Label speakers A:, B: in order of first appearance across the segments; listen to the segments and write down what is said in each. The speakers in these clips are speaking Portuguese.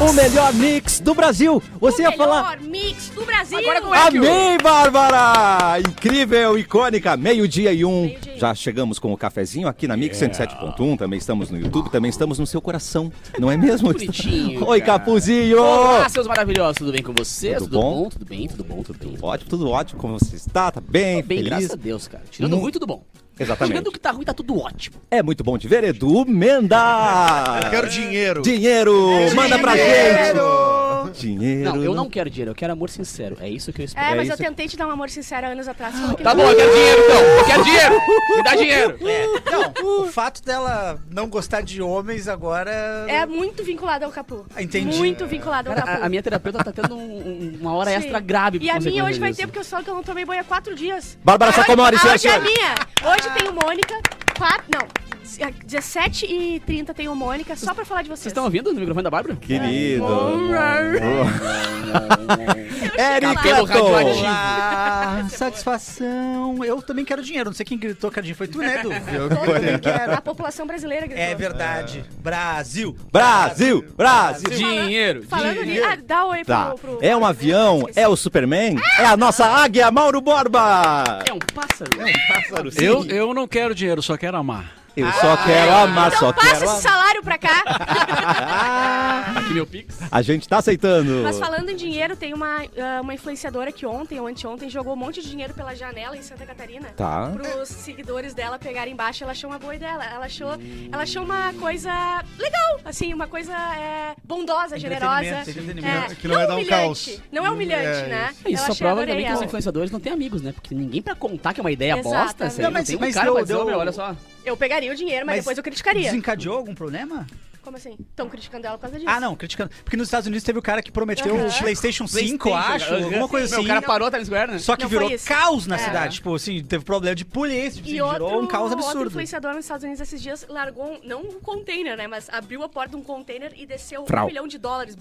A: O melhor mix do Brasil. Você ia falar.
B: Melhor mix do Brasil.
C: Agora com ela.
A: Amém, Bárbara! Incrível, icônica, meio-dia e um. Já chegamos com o cafezinho aqui na Mix 107.1. Também estamos no YouTube, também estamos no seu coração. Não é mesmo?
C: Bonitinho,
A: Oi,
C: cara.
A: Capuzinho!
C: Olá, seus maravilhosos, tudo bem com vocês?
A: Tudo
C: Tudo,
A: bom?
C: bom? Tudo bem, tudo bom, tudo bem.
A: Ótimo, tudo ótimo. Como você está? Tá bem?
C: Tudo bem, graças
A: feliz?
C: a Deus, cara.
D: Hum.
C: Tirando
A: Mu-
C: ruim, tudo bom.
A: Exatamente.
C: Tirando o que tá ruim, tá tudo ótimo.
A: É muito bom de ver, Edu Menda!
D: Quero dinheiro.
A: Dinheiro! Manda pra gente! Dinheiro!
C: Não, eu não quero dinheiro, eu quero amor sincero. É isso que eu espero.
B: É,
A: É
B: mas eu
A: isso. Ah,
B: tentei te dar um amor sincero há anos atrás. só que
C: Tá
B: não-
C: bom, eu quero dinheiro então. Eu quero dinheiro. Me dá dinheiro.
B: É. Então
D: Não, o fato dela não gostar de homens agora.
B: É muito vinculado ao Capu.
A: Ah,
D: Entendi.
B: Muito vinculado ao
C: Cara,
B: Capu.
C: a, a minha terapeuta tá tendo um- um- uma hora
B: Sim.
A: é
C: extra grave. por
B: E a minha hoje
C: consequência
B: vai
C: disso.
B: ter, porque eu só que eu não tomei banho há quatro dias.
A: Bárbara
B: Ah, hoje-
A: Sacomori,
B: ah,
A: senhoras e
B: Hoje é a
A: senhores.
B: minha. Hoje tem o Mônica. Quatro, não. 17 e 30 tem o Mônica, só pra falar de
C: Vocês
B: vocês.
C: estão ouvindo no microfone da Bárbara?
A: Querido!
B: Eric
A: Eric
C: Cabelo radioativo.
D: Olá, Ah, satisfação. Eu também quero dinheiro. Não sei quem gritou, Cardinho. Foi tu, né, Edu?
B: é, A população brasileira gritou.
D: É verdade. Brasil.
A: Brasil! Brasil!
C: Dinheiro,
B: Falando nisso,
C: dinheiro.
B: ah, dá oi
A: Tá.
B: pro, pro-
A: É um avião?
B: Esqueci.
A: É o Superman? É a nossa águia, Mauro Borba!
C: É um pássaro.
E: Eu, eu não quero dinheiro, só quero amar.
A: Eu só quero amar,
B: Então
A: só
B: passa
A: quero
B: esse
A: amar.
B: salário pra cá.
C: Aqui meu pix.
A: A gente tá aceitando.
B: Mas falando em dinheiro, tem uma, ah, uma influenciadora que ontem ou anteontem jogou um monte de dinheiro pela janela em Santa Catarina.
A: Tá.
B: Pros seguidores dela pegarem embaixo, ela achou uma boa dela. Ela achou, ela achou uma coisa legal, assim, uma coisa é, bondosa, generosa.
D: Entretenimento, entretenimento.
F: Que não é dar um
B: humilhante,
F: caos.
B: Não é humilhante,
F: É,
B: né?
C: É, Isso
B: eu
C: só
B: achei,
C: prova
B: adorei
C: também que os
B: ela.
C: influenciadores não têm amigos, né? Porque ninguém pra contar que é uma ideia
B: Exatamente.
C: bosta. Assim,
B: Não,
C: não
D: mas-
C: tem um
D: mas
C: cara
D: deu-
C: pra dizer,
D: deu-
C: "Ô, meu, olha só.
B: Eu pegaria o dinheiro, mas,
D: Mas
B: depois eu criticaria.
D: Desencadeou algum problema?
B: Como assim? Estão criticando ela por causa disso.
D: Ah, não, criticando. Porque nos Estados Unidos teve o cara que prometeu
B: Aham.
D: o PlayStation 5,
C: PlayStation,
D: acho,
C: aham.
D: alguma coisa
C: Meu,
D: assim.
C: o cara parou a Times Square, né?
D: Só que
B: Não, foi
D: virou
B: isso.
D: caos na
B: É.
D: cidade. Tipo assim, teve problema de polícia,
B: E
D: virou
B: outro,
D: um caos
B: outro
D: absurdo.
B: influenciador nos Estados Unidos esses dias largou, um- não um container, né? Mas abriu a porta de um container e desceu
A: Frau.
B: um milhão de dólares.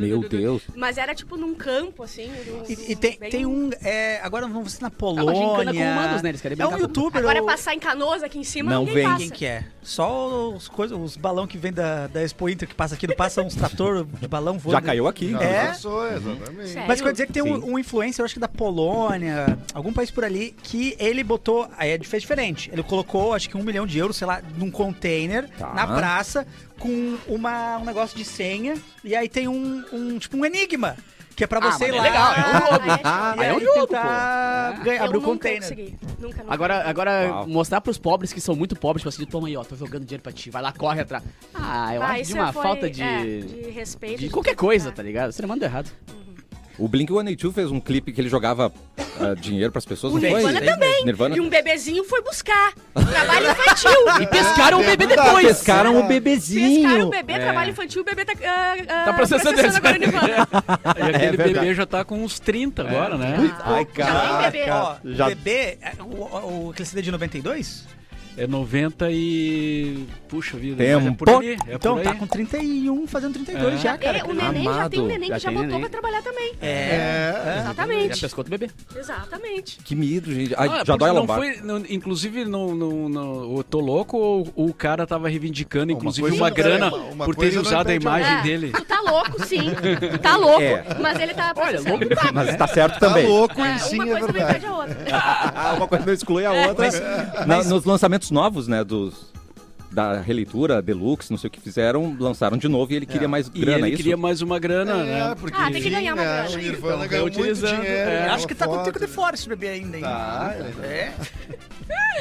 A: Meu Deus.
B: Mas era tipo num campo, assim. num-
C: Tipo,
D: E, e tem,
B: bem-
D: tem um. é, agora vamos ser na
C: gincana com
D: Polônia.
C: humanos, né? Eles querem
D: é
C: brincar
D: um
C: com-
D: youtuber.
B: Agora
D: o-
B: passar em canoas aqui em cima,
A: Não
B: ninguém
A: vem.
B: passa.
D: Quem que é? Só os, coisa, os balão que vem da, da Expo Inter que passa aqui, não passa uns trator de balão voando.
A: Já caiu aqui.
D: É.
F: Pessoa, exatamente.
B: Sério?
D: Mas quer dizer que tem
A: Sim.
D: um, um influencer, eu acho que da Polônia, algum país por ali, que ele botou. Aí é- fez diferente. Ele colocou, acho que um milhão de euros, sei lá, num container,
A: Tá.
D: na praça, com uma, um negócio de senha. E aí tem um, um tipo um enigma. Que é pra
C: Ah,
D: você ir
C: mas é
D: lá.
C: legal, é um jogo.
B: Ah,
D: e
C: é
D: aí
C: um jogo,
D: tentar
C: pô.
D: ganhar-
B: Eu
D: abrir o
B: nunca
D: é, container.
B: consegui. Nunca, nunca.
C: Agora, agora
A: Uau.
C: mostrar pros pobres que são muito pobres, tipo assim, toma aí, ó, tô jogando dinheiro pra ti, vai lá, corre atrás. Ah, eu
B: Ah,
C: acho de
B: isso
C: uma
B: foi-
C: falta de,
B: é, de respeito.
C: de qualquer coisa,
B: Ah.
C: tá ligado? O ser humano deu errado.
A: O Blink-182 fez um clipe que ele jogava ah, dinheiro pras pessoas, não
D: O
A: foi?
D: Nirvana
A: também. Nirvana
B: E um bebezinho foi buscar. Trabalho infantil.
C: E pescaram o bebê
F: Tá,
C: depois! É.
A: Pescaram o
B: Pescaram
A: bebezinho.
B: o bebê, trabalho infantil, o bebê tá, ah, ah,
C: Tá processando eles.
B: agora o Nirvana.
E: Ah, E aquele
A: verdade.
E: bebê já tá com uns 30
C: É.
E: agora, né?
A: Ai,
B: Já vem bebê.
A: caraca.
D: Ó,
A: Já-
D: bebê, é, o, o, aquele CD de 92?
E: É 90 e. Puxa vida.
A: Tempo.
E: mas É por ali. É
D: então
E: por
D: tá
E: aí.
D: com 31, fazendo 32
E: É.
D: já, Ah, cara.
B: É, o neném já tem um
A: Amado.
B: neném que
C: Já
B: já
C: tem
B: botou
C: neném.
B: pra trabalhar também.
F: É.
C: Já
B: Exatamente.
C: pescou outro bebê.
B: Exatamente.
A: Que medo, gente. Ai,
E: Ah,
A: já
E: porque
A: dói a
E: não
A: lombar.
E: foi, não- inclusive, não, não, não, o Tô Louco ou o cara tava reivindicando, inclusive,
F: coisa
E: uma
F: não-
E: grana
F: uma
E: por
F: coisa
E: terem
F: não né?
E: usado a
F: impede a
E: imagem
B: É,
E: dele.
B: Tu tá louco, sim. Tu tá louco.
A: É.
B: Mas ele tá.
C: Olha,
B: processando.
C: louco tá.
A: Mas tá certo
F: Tá
A: também.
F: louco,
B: É,
F: e sim,
B: uma
F: é
B: coisa não
F: verdade.
B: impede a outra.
A: Ah, uma coisa não exclui a outra. Na- Nos lançamentos novos, né, dos... Da releitura, deluxe, não sei o que fizeram, lançaram de novo É. e ele queria mais
E: E
A: grana,
E: ele
A: isso?
E: queria mais uma grana,
F: É,
E: né?
F: porque,
B: Ah, tem que ganhar uma
F: enfim, né,
B: grana.
F: O Nirvana
E: Então,
F: ganhou muito
E: reutilizando,
F: dinheiro.
E: é.
F: ganhou
D: Acho que tá com
F: foto,
D: o tempo de fora esse bebê ainda, hein?
F: Tá,
D: É.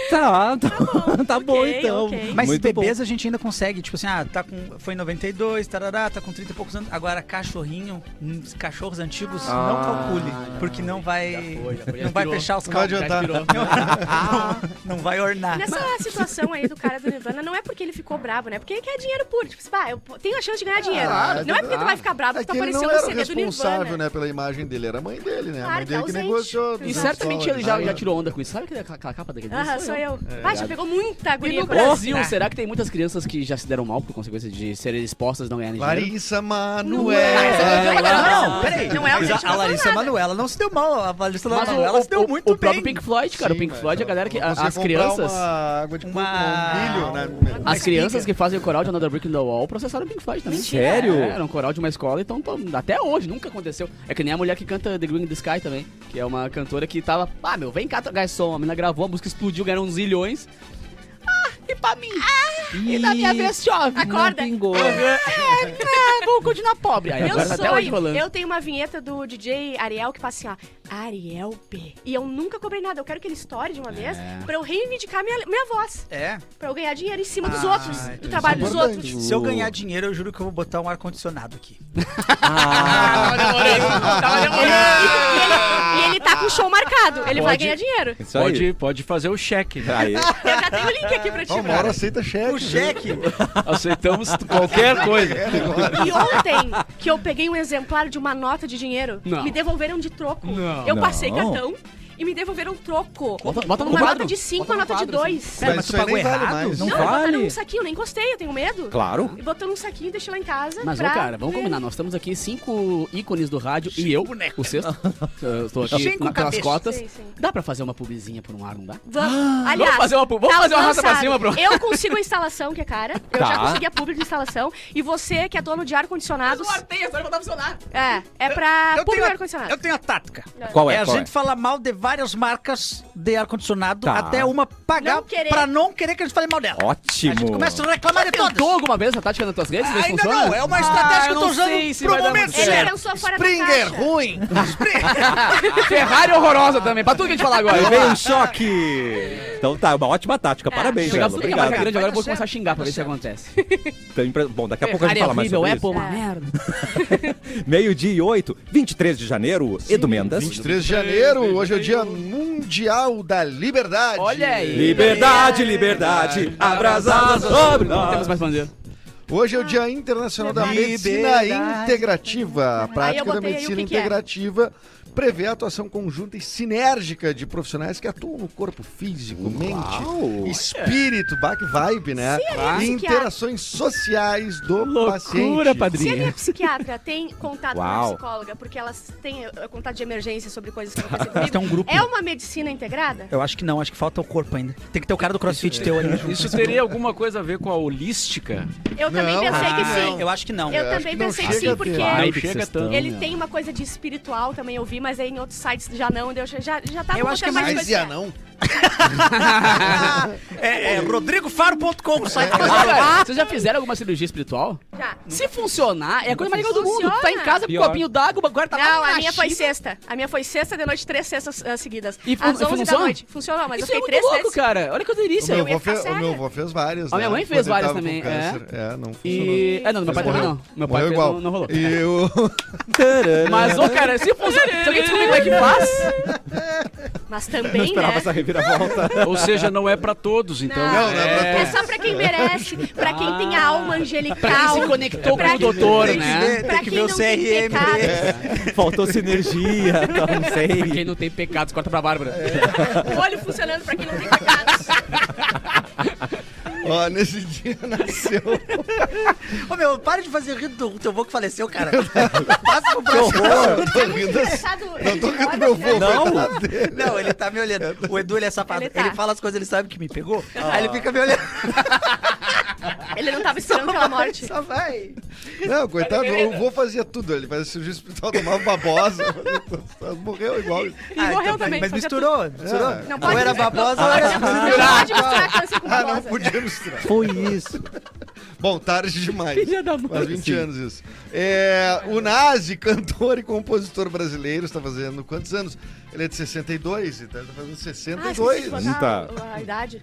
A: Tá, tá,
B: bom,
A: tá bom
B: ok,
A: então.
B: ok.
D: Mas
A: Muito
D: bebês a gente ainda consegue, tipo assim, ah, tá com. Foi em 92, tarará, tá com 30 e poucos anos. Agora, cachorrinho, hum, cachorros antigos, não calcule. Porque não vai. É. não vai fechar os
F: Não vai
D: caldos. Ah,
F: adiantar.
D: Não, não vai ornar.
B: Nessa situação aí do cara do Nirvana, não é porque ele ficou brabo, né? Porque ele quer dinheiro puro. Tipo, assim, pá, eu tenho a chance de ganhar dinheiro.
F: Ah,
B: não é porque tu vai ficar brabo
F: É
B: que tá
F: que ele
B: aparecendo no
F: não era o
B: CD do
F: responsável,
B: Nirvana.
F: né, pela imagem dele, era a mãe dele, né? A
B: Claro,
F: mãe dele
B: tá
F: que
B: ausente.
F: negociou.
C: E
B: Exato.
C: certamente ele já,
F: dólares,
C: já
F: né?
C: tirou onda com isso. Sabe aquela, aquela capa daquele
B: Ah,
C: disco?
B: sou eu. Vai, já pegou muita
C: E
B: guria.
A: né?
C: no
B: com
F: é.
A: Ah.
B: ela.
C: Brasil, será que tem muitas crianças que já se deram mal por consequência de serem expostas a não ganharem dinheiro?
F: Larissa
B: Não,
C: assim,
F: Manoel.
B: não, não,
D: Não, peraí.
B: Não é o que a gente
D: a
B: tá
D: Larissa
B: falando.
D: Manoela não se deu mal. A Larissa
C: Mas o,
D: Manoela se deu
C: o-
D: muito
C: o próprio
D: bem.
C: Pink Floyd, cara, o Pink Floyd, a galera que. a- as crianças.
F: Uma água de coco,
D: Uma-
F: um milho, né? né?
C: As crianças que fazem o coral de Another Brick in the Wall processaram o Pink Floyd também.
A: Mentira. Sério?
C: É, era um coral de uma escola, então tô- até hoje, nunca aconteceu. É que nem a mulher que canta The Green in the Sky também, que é uma cantora que tava, ah, meu, vem cá tocar som. A menina gravou, a música explodiu, ganhou uns zilhões. Ah, e pra mim? e na minha vez chove.
B: Acorda.
C: Não pingou. Ah, vou continuar pobre. Aí,
B: Meu
C: agora tá até hoje
B: sonho.
C: rolando.
B: Eu tenho uma vinheta do DJ Ariel que passa assim, ó. Ariel P. E eu nunca cobrei nada. Eu quero que ele estoure
C: É.
B: de uma vez pra eu reivindicar minha, minha voz.
D: É.
B: Pra eu ganhar dinheiro em cima dos
D: Ah,
B: outros. Do
D: entendi.
B: trabalho
C: é
B: dos
F: Importante.
B: outros.
D: Se eu ganhar dinheiro, eu juro que eu vou botar um ar-condicionado aqui. Ah,
B: E ele, e ele tá com o show marcado. Ele vai
E: Pode-
B: ganhar dinheiro.
A: Isso aí.
E: Pode, pode fazer o cheque, né?
A: Aí.
B: Eu já tenho o link aqui pra ti,
F: Ó, uma hora
B: cara.
F: aceita cheque.
D: O cheque!
E: Aceitamos qualquer coisa.
F: É, agora.
B: E ontem que eu peguei um exemplar de uma nota de dinheiro,
C: Não.
B: me devolveram de troco.
C: Não.
B: Eu passei
A: Não.
B: cartão e me devolveram troco.
C: Bota- bota no
B: uma
C: quadro.
B: nota de 5
C: Bota
B: uma
C: no
B: nota de
C: quadro, assim.
B: 2.
D: Pera,
F: Mas
D: mas tu
F: isso aí
D: pagou
F: nem vale
D: errado?
F: mais.
D: Não
B: é Não,
D: vale.
B: botaram
E: vale.
B: num saquinho, nem encostei, eu tenho medo.
A: Claro.
B: E botou num saquinho, deixei lá em casa.
C: Mas, ô,
B: pra-
C: cara, vamos combinar. Nós estamos aqui cinco ícones do rádio e eu, o sexto. Eu Estou aqui
D: Cinco
C: na- pelas
D: cabeças.
C: cotas.
B: Sim, sim.
C: Dá pra fazer uma publizinha por um ar, não dá?
B: Vamos. Aliás,
C: Ah, vamos fazer uma pu- vamos fazer uma rata pra
B: lançado.
C: cima, bro.
B: Eu consigo a instalação, que é cara. Eu já
A: Tá.
B: consegui a pública de instalação. E você, que é dono de ar-condicionado.
C: tem, agora botar funcionar.
B: É, é pra
D: Eu
B: público
D: tenho,
B: de
D: a,
B: ar-condicionado.
D: eu tenho a tática.
A: Qual
D: É,
A: é?
D: a
A: qual
D: gente falar mal de várias marcas de ar-condicionado,
A: Tá.
D: até uma pagar
B: Não querer.
D: pra não querer que a gente fale mal dela.
A: Ótimo.
D: A gente
A: um
D: começa a reclamar de todas.
C: Tentou alguma vez essa tática nas tuas redes? Vê se
D: Ainda
C: funciona?
D: não, é uma estratégia
C: Ah,
D: que eu
C: eu
D: tô
C: não
D: usando
C: sei se
D: pro
C: vai dar
D: momento
C: muito
B: Ele
D: certo.
B: pensou fora
D: Springer
B: da caixa.
D: ruim.
C: É, Ferrari horrorosa também, pra tudo que a gente falar agora.
A: Aí veio um choque. Então tá, uma ótima tática. Parabéns,
C: Chegar
A: Ela.
C: tudo que é mais
A: Obrigado.
C: grande, agora eu vou
D: Vai dar
C: começar a xingar pra ver se
D: certo.
C: acontece.
A: Então, impre- Bom, daqui a pouco a gente
C: Ferrari é
A: fala mais
C: horrível,
A: sobre isso.
C: Apple, uma merda.
A: Meio-dia e oito, 23 de janeiro, Edu Mendas.
F: 23 de janeiro, hoje é o Dia Mundial da Liberdade.
C: Olha aí.
A: Liberdade, É. liberdade, abraçada sobre
C: Não
A: nós.
C: temos mais bandeira.
F: Hoje é o Dia Internacional da Medicina
D: Liberdade.
F: Integrativa. A
B: Aí eu
F: prática da
B: botei aí o
F: medicina
B: que que é.
F: integrativa prevê a atuação conjunta e sinérgica de profissionais que atuam no corpo físico, mente, espírito, back vibe, né?
B: ele é
F: E
B: psiquiatra.
F: interações sociais do
E: Loucura,
F: paciente.
B: Se a minha
E: padrinho.
B: psiquiatra tem contato com a
A: Uau.
B: psicóloga, porque elas têm eh, contato de emergência sobre coisas que acontecem comigo,
D: têm um grupo.
B: é uma medicina integrada?
D: Eu acho que não, acho que falta o corpo ainda. Tem que ter o cara do crossfit teu ali. junto.
E: Isso teria alguma coisa a ver com a holística?
B: Eu também
F: Não,
B: pensei que
F: ah,
B: sim.
D: Eu acho que não.
B: Eu,
F: acho
B: também
F: que não
B: pensei que
F: chega a
B: sim,
F: ter.
B: porque
E: Não
A: Ai, que
E: chega
A: vocês
C: Então,
E: tanto.
A: estão,
B: ele
C: né?
A: meu.
B: tem uma coisa de espiritual também, eu vi, mas aí em outros sites já não, eu já, já, já tava
D: Eu acho que é
B: botando
D: mais
F: Mas e
B: coisa.
F: a não?
D: É, é rodrigofaro.com,
B: É.
D: o site.
C: Mas, cara, vocês já fizeram alguma cirurgia espiritual?
B: Já.
C: Se funcionar, é a coisa mais legal do mundo.
B: Funciona.
C: Tu tá em casa com um
E: Pior.
C: copinho d'água, agora tá lá
B: Não,
C: na
B: a minha foi
C: China.
B: sexta. A minha foi sexta de noite, três sextas ah, seguidas.
C: E fu-
B: Às 11
C: e
B: da
C: funciona?
B: noite. Funcionou, mas
C: Isso
B: eu fiquei
C: é muito
B: três
C: louco,
B: vezes.
C: cara. Olha que delícia.
F: O meu,
B: ia
F: avô
B: ficar
F: fe- o meu
B: séria.
F: avô fez várias.
C: A minha
F: né?
C: mãe fez
F: Quando ele
C: várias
F: tava com
C: também,
F: câncer. É, não funcionou.
C: E... É, não, meu pai também
F: Morreu.
C: não. Meu pai
F: Morreu
C: fez,
F: igual.
C: não, não rolou.
F: E eu...
C: Mas, ô, cara, se funciona... Se alguém descobrir como é que faz...
B: Mas
A: Não
B: também,
A: esperava
B: né?
A: essa reviravolta.
E: Ou seja, não é pra todos, então.
B: Não,
F: não é pra
B: É só pra quem merece, pra quem tem a alma angelical.
C: Ah. Pra quem se conectou
B: pra
C: com o
B: quem-
C: doutor,
D: Tem que
C: né?
D: ver,
B: Pra
D: tem que
B: quem
D: ver o
B: não tem
D: CRM.
B: pecado.
A: Faltou sinergia, então, não
C: Pra quem
A: sei.
C: não tem pecados, corta pra Bárbara.
B: O olho funcionando pra quem não tem pecados.
F: Ó, nesse dia nasceu...
D: Ô meu, para de fazer rir do teu avô que faleceu, cara. Passa pro próximo.
F: Tô rindo assim.
B: Tá Engraçado,
F: Não tô
B: ele
F: rindo
B: olha,
F: do meu
B: né?
F: avô, coitado dele.
D: Não, ele tá me olhando. O Edu, ele é safado.
B: Ele
D: Ele,
B: tá.
D: fala as coisas, ele sabe que me pegou. Aí ele fica me olhando.
B: Ele não tava esperando pela morte.
D: Só vai.
F: Não, coitado, o avô fazia tudo. Ele fazia cirurgia hospital, tomava babosa. fazia tudo. morreu igual.
B: E morreu também.
D: Ah, então, Mas
B: fazia
D: misturou, misturou.
F: É.
B: Não
D: ou
B: pode
D: era
B: misturar.
D: babosa ou
B: tudo.
D: era...
B: Não pode misturar câncer com
F: Ah, não
B: babosa.
F: podia misturar.
A: Foi isso.
F: Bom, tarde demais.
C: Filha da mãe,
F: Faz 20
C: sim.
F: anos isso. É, o Nazi, cantor e compositor brasileiro, está fazendo quantos anos? Ele é de 62, então ele está fazendo
B: Ah, esqueci
F: 62.
B: de botar
A: Muita.
B: a- a idade.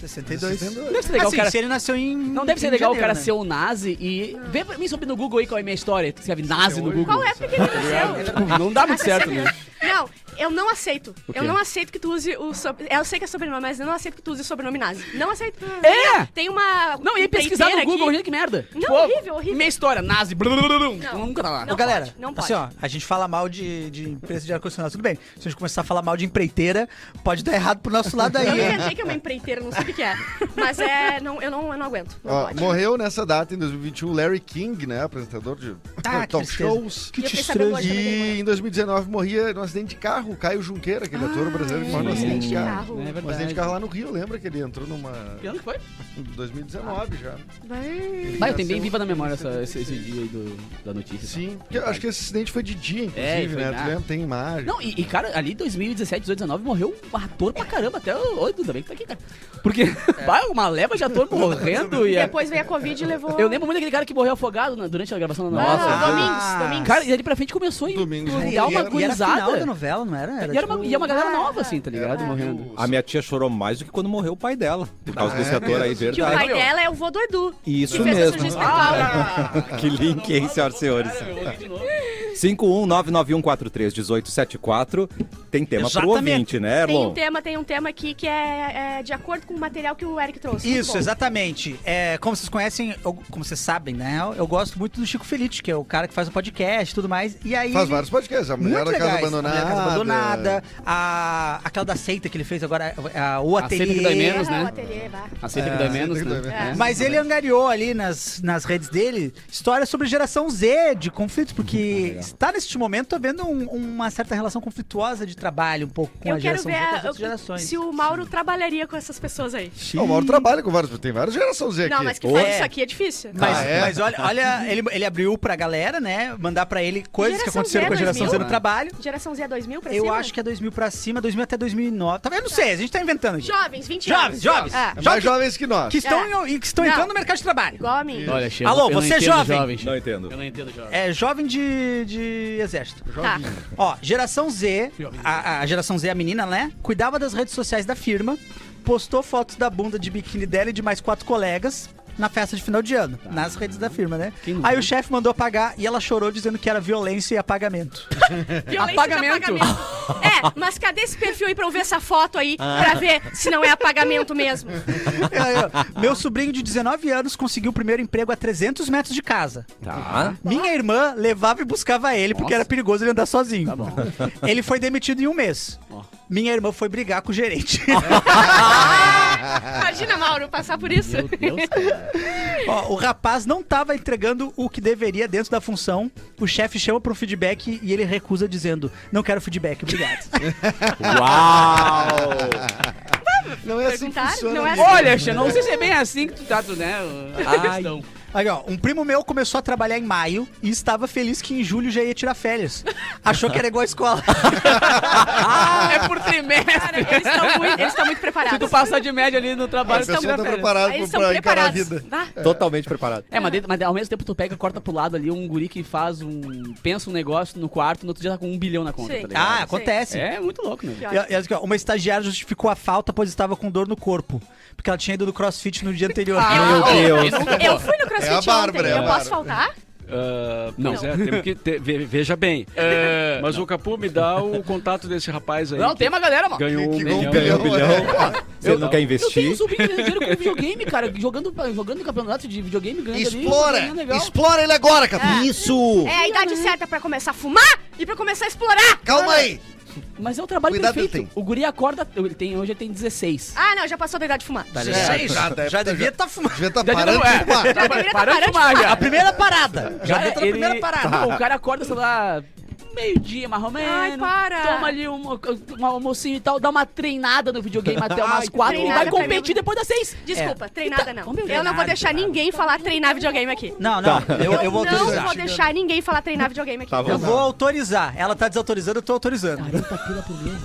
D: 62.
C: Não deve ser legal,
D: Assim,
C: cara...
D: se ele nasceu em
C: Não deve ser
D: em
C: legal o
D: janeiro,
C: cara
D: né?
C: ser um nazi e... Vê pra mim sobre no Google aí qual é a minha história. Tu escreve nazi no Google.
B: Qual época que ele nasceu?
C: Não dá muito
B: Ah,
C: certo,
B: você
C: né?
B: sabe- Não, eu não aceito.
C: quê?
B: Eu não aceito que tu use o sobre... Eu sei que é sobrenome, mas eu não aceito que tu use o sobrenome nazi. Não aceito.
C: É?
B: Tem uma.
C: Não, ia pesquisar no
B: empreiteira
C: Google,
B: aqui.
C: gente, que merda. Tipo,
B: Não, horrível, horrível.
C: Minha história, nazi, blu, blu, blu, blu.
B: Não.
C: nunca tá lá.
D: Ô,
B: Não
D: galera,
B: pode, um- não pode.
D: assim, ó, a gente fala mal de, de preço de ar-condicionado, tudo bem. Se a gente começar a falar mal de empreiteira, pode dar errado pro nosso lado aí,
B: Eu
D: hein?
B: inventei que é uma empreiteira, não sei o que que é. Mas é. Não, eu, não, eu não aguento. Não
F: Ó,
B: pode.
F: morreu nessa data, em 2021, Larry King, né? Apresentador de
D: Ah, que
F: talk
D: tristeza.
B: E
F: shows.
B: eu fiquei sabendo hoje também que ele morreu.
F: E em 2019 morria num acidente de carro, carro, o Caio Junqueira, aquele ator brasileiro que morreu no
E: sim.
F: acidente de carro.
B: carro.
C: É
F: Um acidente de
C: verdade.
F: carro lá no Rio, lembra que ele entrou numa.
C: Que ano que foi?
F: em 2019 já.
B: Vai.
F: Ele
C: Bah, eu
F: nasceu
C: tenho bem viva na
F: em
C: memória essa- esse, esse
F: 76.
C: dia aí do- da notícia.
F: Sim, porque eu acho que esse acidente foi de dia, inclusive,
C: É, foi
F: né?
C: na-
F: Tu lembra? Tem imagem.
C: Não, e, e, cara, ali 2017, 18, 19 morreu um ator pra caramba, até o oito também que tá aqui, cara. Porque,
F: É.
C: vai, uma leva de ator morrendo e. é-
B: Depois veio a Covid e levou.
C: Eu lembro muito daquele cara que morreu afogado na- durante a gravação da
B: Não,
C: novela.
F: Nossa.
B: Ah. Domingos, Domingos.
C: Cara, e ali pra frente começou a
F: Domingos
C: dar
F: morreu.
C: uma
F: E era
D: E era final da
C: gurizada.
D: novela, não era?
C: E, era uma,
D: tipo-
C: e é uma
F: né?
C: galera nova, assim, tá ligado?
F: Era
C: Morrendo.
F: o-
A: A minha tia chorou mais do que quando morreu o pai dela. Por causa
F: Ah,
A: desse
F: é
A: ator aí,
F: mesmo?
B: que o pai
A: verdade.
B: dela é o vô do Edu.
A: Isso
B: que fez a
A: mesmo. Ah,
B: cirurgia espiritual.
A: Que link, hein, senhoras e senhores? 51991431874. Tem tema pro
D: Exatamente.
A: ouvinte, né,
B: Tem
A: Erlon?
B: um tema, tem um tema aqui que é, é de acordo com o material que o Eric trouxe. Muito
D: Isso,
B: bom.
D: exatamente. É, como vocês conhecem, eu- como vocês sabem, né? Eu, eu gosto muito do Chico Felitti, que é o cara que faz o podcast e tudo mais. E aí.
F: Faz
D: ele-
F: vários podcasts. A
D: Muito
F: mulher da
D: legais.
F: casa
D: A
F: abandonada.
D: Mulher da Casa Abandonada. A, aquela da seita que ele fez agora, a, o
C: A Seita
D: ateliê.
C: que Dói Menos.
B: Erra
C: né?
B: o ateliê, vá.
C: Aceita
F: É,
C: que dói
F: aceita
C: menos,
F: que dói
C: né?
B: menos.
C: É.
D: Mas ele angariou ali nas, nas redes dele histórias sobre geração Z de conflitos, porque está neste momento tô vendo um- uma certa relação conflituosa de trabalho um pouco com
B: Eu
D: a
B: quero
D: geração
B: ver
D: Z com as
B: a-
D: outras gerações.
B: se o Mauro trabalharia com essas pessoas aí.
F: Ah, o Mauro trabalha com vários. Tem várias gerações Z aqui.
B: Não, mas que faz
D: É.
B: isso aqui é difícil.
D: Mas,
F: Ah, é?
D: mas olha, olha ele, ele abriu pra galera, né? Mandar pra ele coisas que
B: Geração
D: aconteceram
B: Z,
D: com a geração Z
B: 2000?
D: no trabalho.
B: Geração Z 2000 pra
D: Eu
B: cima?
D: acho que é 2000 pra cima, 2000 até 2009. Tá vendo? Não sei, a gente tá inventando aqui.
B: Jovens, 20
D: Jovens,
B: anos.
D: jovens.
B: É,
F: É
D: Jovem-
F: mais jovens que nós.
D: Que estão, em- que estão
B: Não.
D: entrando no mercado de trabalho.
B: igual a mim.
C: Olha, chega.
D: Alô,
C: eu não
D: você é
C: entendo
D: jovem?
A: Não entendo.
C: Eu não entendo jovem.
D: É jovem de, de exército.
B: Tá.
D: Ó, geração Z, a, a geração Z, a menina, né? Cuidava das redes sociais da firma, postou fotos da bunda de biquíni dela e de mais quatro colegas na festa de final de ano, nas redes da firma, né?
C: Quem não
D: Aí
C: viu?
D: o chefe mandou apagar e ela chorou dizendo que era violência e apagamento.
B: Violência de
C: Apagamento.
B: É, mas cadê esse perfil aí pra eu ver essa foto aí? Pra ver se não é apagamento mesmo.
D: Aí, ó, É, Meu sobrinho de 19 anos conseguiu o primeiro emprego a 300 metros de casa.
A: Tá.
D: Minha irmã levava e buscava ele porque era perigoso ele andar sozinho. Ele foi demitido em um mês. Minha irmã foi brigar com o gerente.
B: Imagina, Mauro, passar por isso.
C: Meu Deus, cara.
D: Ó, o rapaz não estava entregando o que deveria dentro da função. O chefe chama pro feedback e ele recusa dizendo: "Não quero feedback, obrigado".
A: Uau!
F: Não é assim que
B: Perguntaram?
F: funciona.
B: Não é
F: né?
B: assim.
C: Olha, Xê, não sei se é bem assim que tu tá, tu, né? A questão.
D: Aí, ó, um primo meu começou a trabalhar em maio e estava feliz que em julho já ia tirar férias. Achou que era igual a escola.
C: Ah, é por
B: Cara,
C: trimestre.
B: eles estão muito, eles tão muito
C: Se
F: Ah.
C: tu
B: preparados.
C: passar de média ali no
F: A
C: trabalho, tu tá
F: pessoa tá
C: férias.
F: preparada
B: Eles estão
F: pra encarar a
B: preparados.
F: vida.
B: Vá.
A: Totalmente preparado.
C: É, mas, dentro- mas ao mesmo tempo tu pega, corta pro lado ali um guri que faz um. pensa um negócio no quarto, no outro dia tá com um bilhão na conta,
B: Sim.
C: tá ligado?
D: ah, acontece.
C: É muito louco, né?
D: E- e olha aqui, ó, Uma estagiária justificou a falta pois estava com dor no corpo, porque ela tinha ido no crossfit no dia anterior.
B: Ah.
A: Meu Deus.
B: Eu fui no
F: É a
B: CrossFit
F: Bárbara,
B: ontem.
F: é a
B: eu posso
F: Bárbara.
B: faltar?
E: Ah,
C: Não.
E: pois é, temos que ter- ve- veja bem. É, Mas o Capu me dá o contato desse rapaz aí.
C: Não, tem uma galera, mano.
E: Ganhou
F: Que- né?
E: um
F: que
E: milhão.
A: Ganhou um bilhão. Se ele não quer
C: Eu
E: não.
C: tenho um
A: investir,
C: sobrinho que ganha dinheiro com videogame, cara, jogando, jogando campeonato de videogame, ganhando
B: um
F: Explora!
C: ali. ganhando legal.
F: Explora ele agora, Capu! Isso!
B: É a idade certa pra começar a fumar e pra começar a explorar.
F: Calma aí!
C: Mas é o trabalho
F: Cuidado
C: perfeito.
F: tem.
C: O guri acorda, ele tem, hoje ele tem 16.
B: Ah, não, já passou da idade de fumar.
C: Tá ligado?
D: Seis, já, devia estar fumando.
F: Devia estar
C: Já é.
F: parando
C: devia-
F: de fumar.
B: Já deveria estar
C: Parando de fumar, já.
D: A primeira parada. Já
C: é Cara,
D: dentro da
C: ele-
D: primeira parada.
C: Não, o cara acorda, sei lá, meio-dia, mais ou menos.
B: Ai, para.
C: Toma ali um, um almocinho e tal, dá uma treinada no videogame até umas quatro e
B: treinada
C: vai
B: pra mim.
C: competir depois das seis.
B: Desculpa,
C: Tá,
B: treinada não.
C: como eu
B: Eu não vou
C: treinado,
B: deixar
C: cara.
B: ninguém falar treinar videogame aqui.
D: Não, não.
C: Tá.
D: Eu, eu vou
B: não
D: autorizar.
B: vou deixar ninguém falar treinar videogame aqui.
A: Tá bom.
D: Eu vou autorizar. Ela tá desautorizando, eu tô autorizando.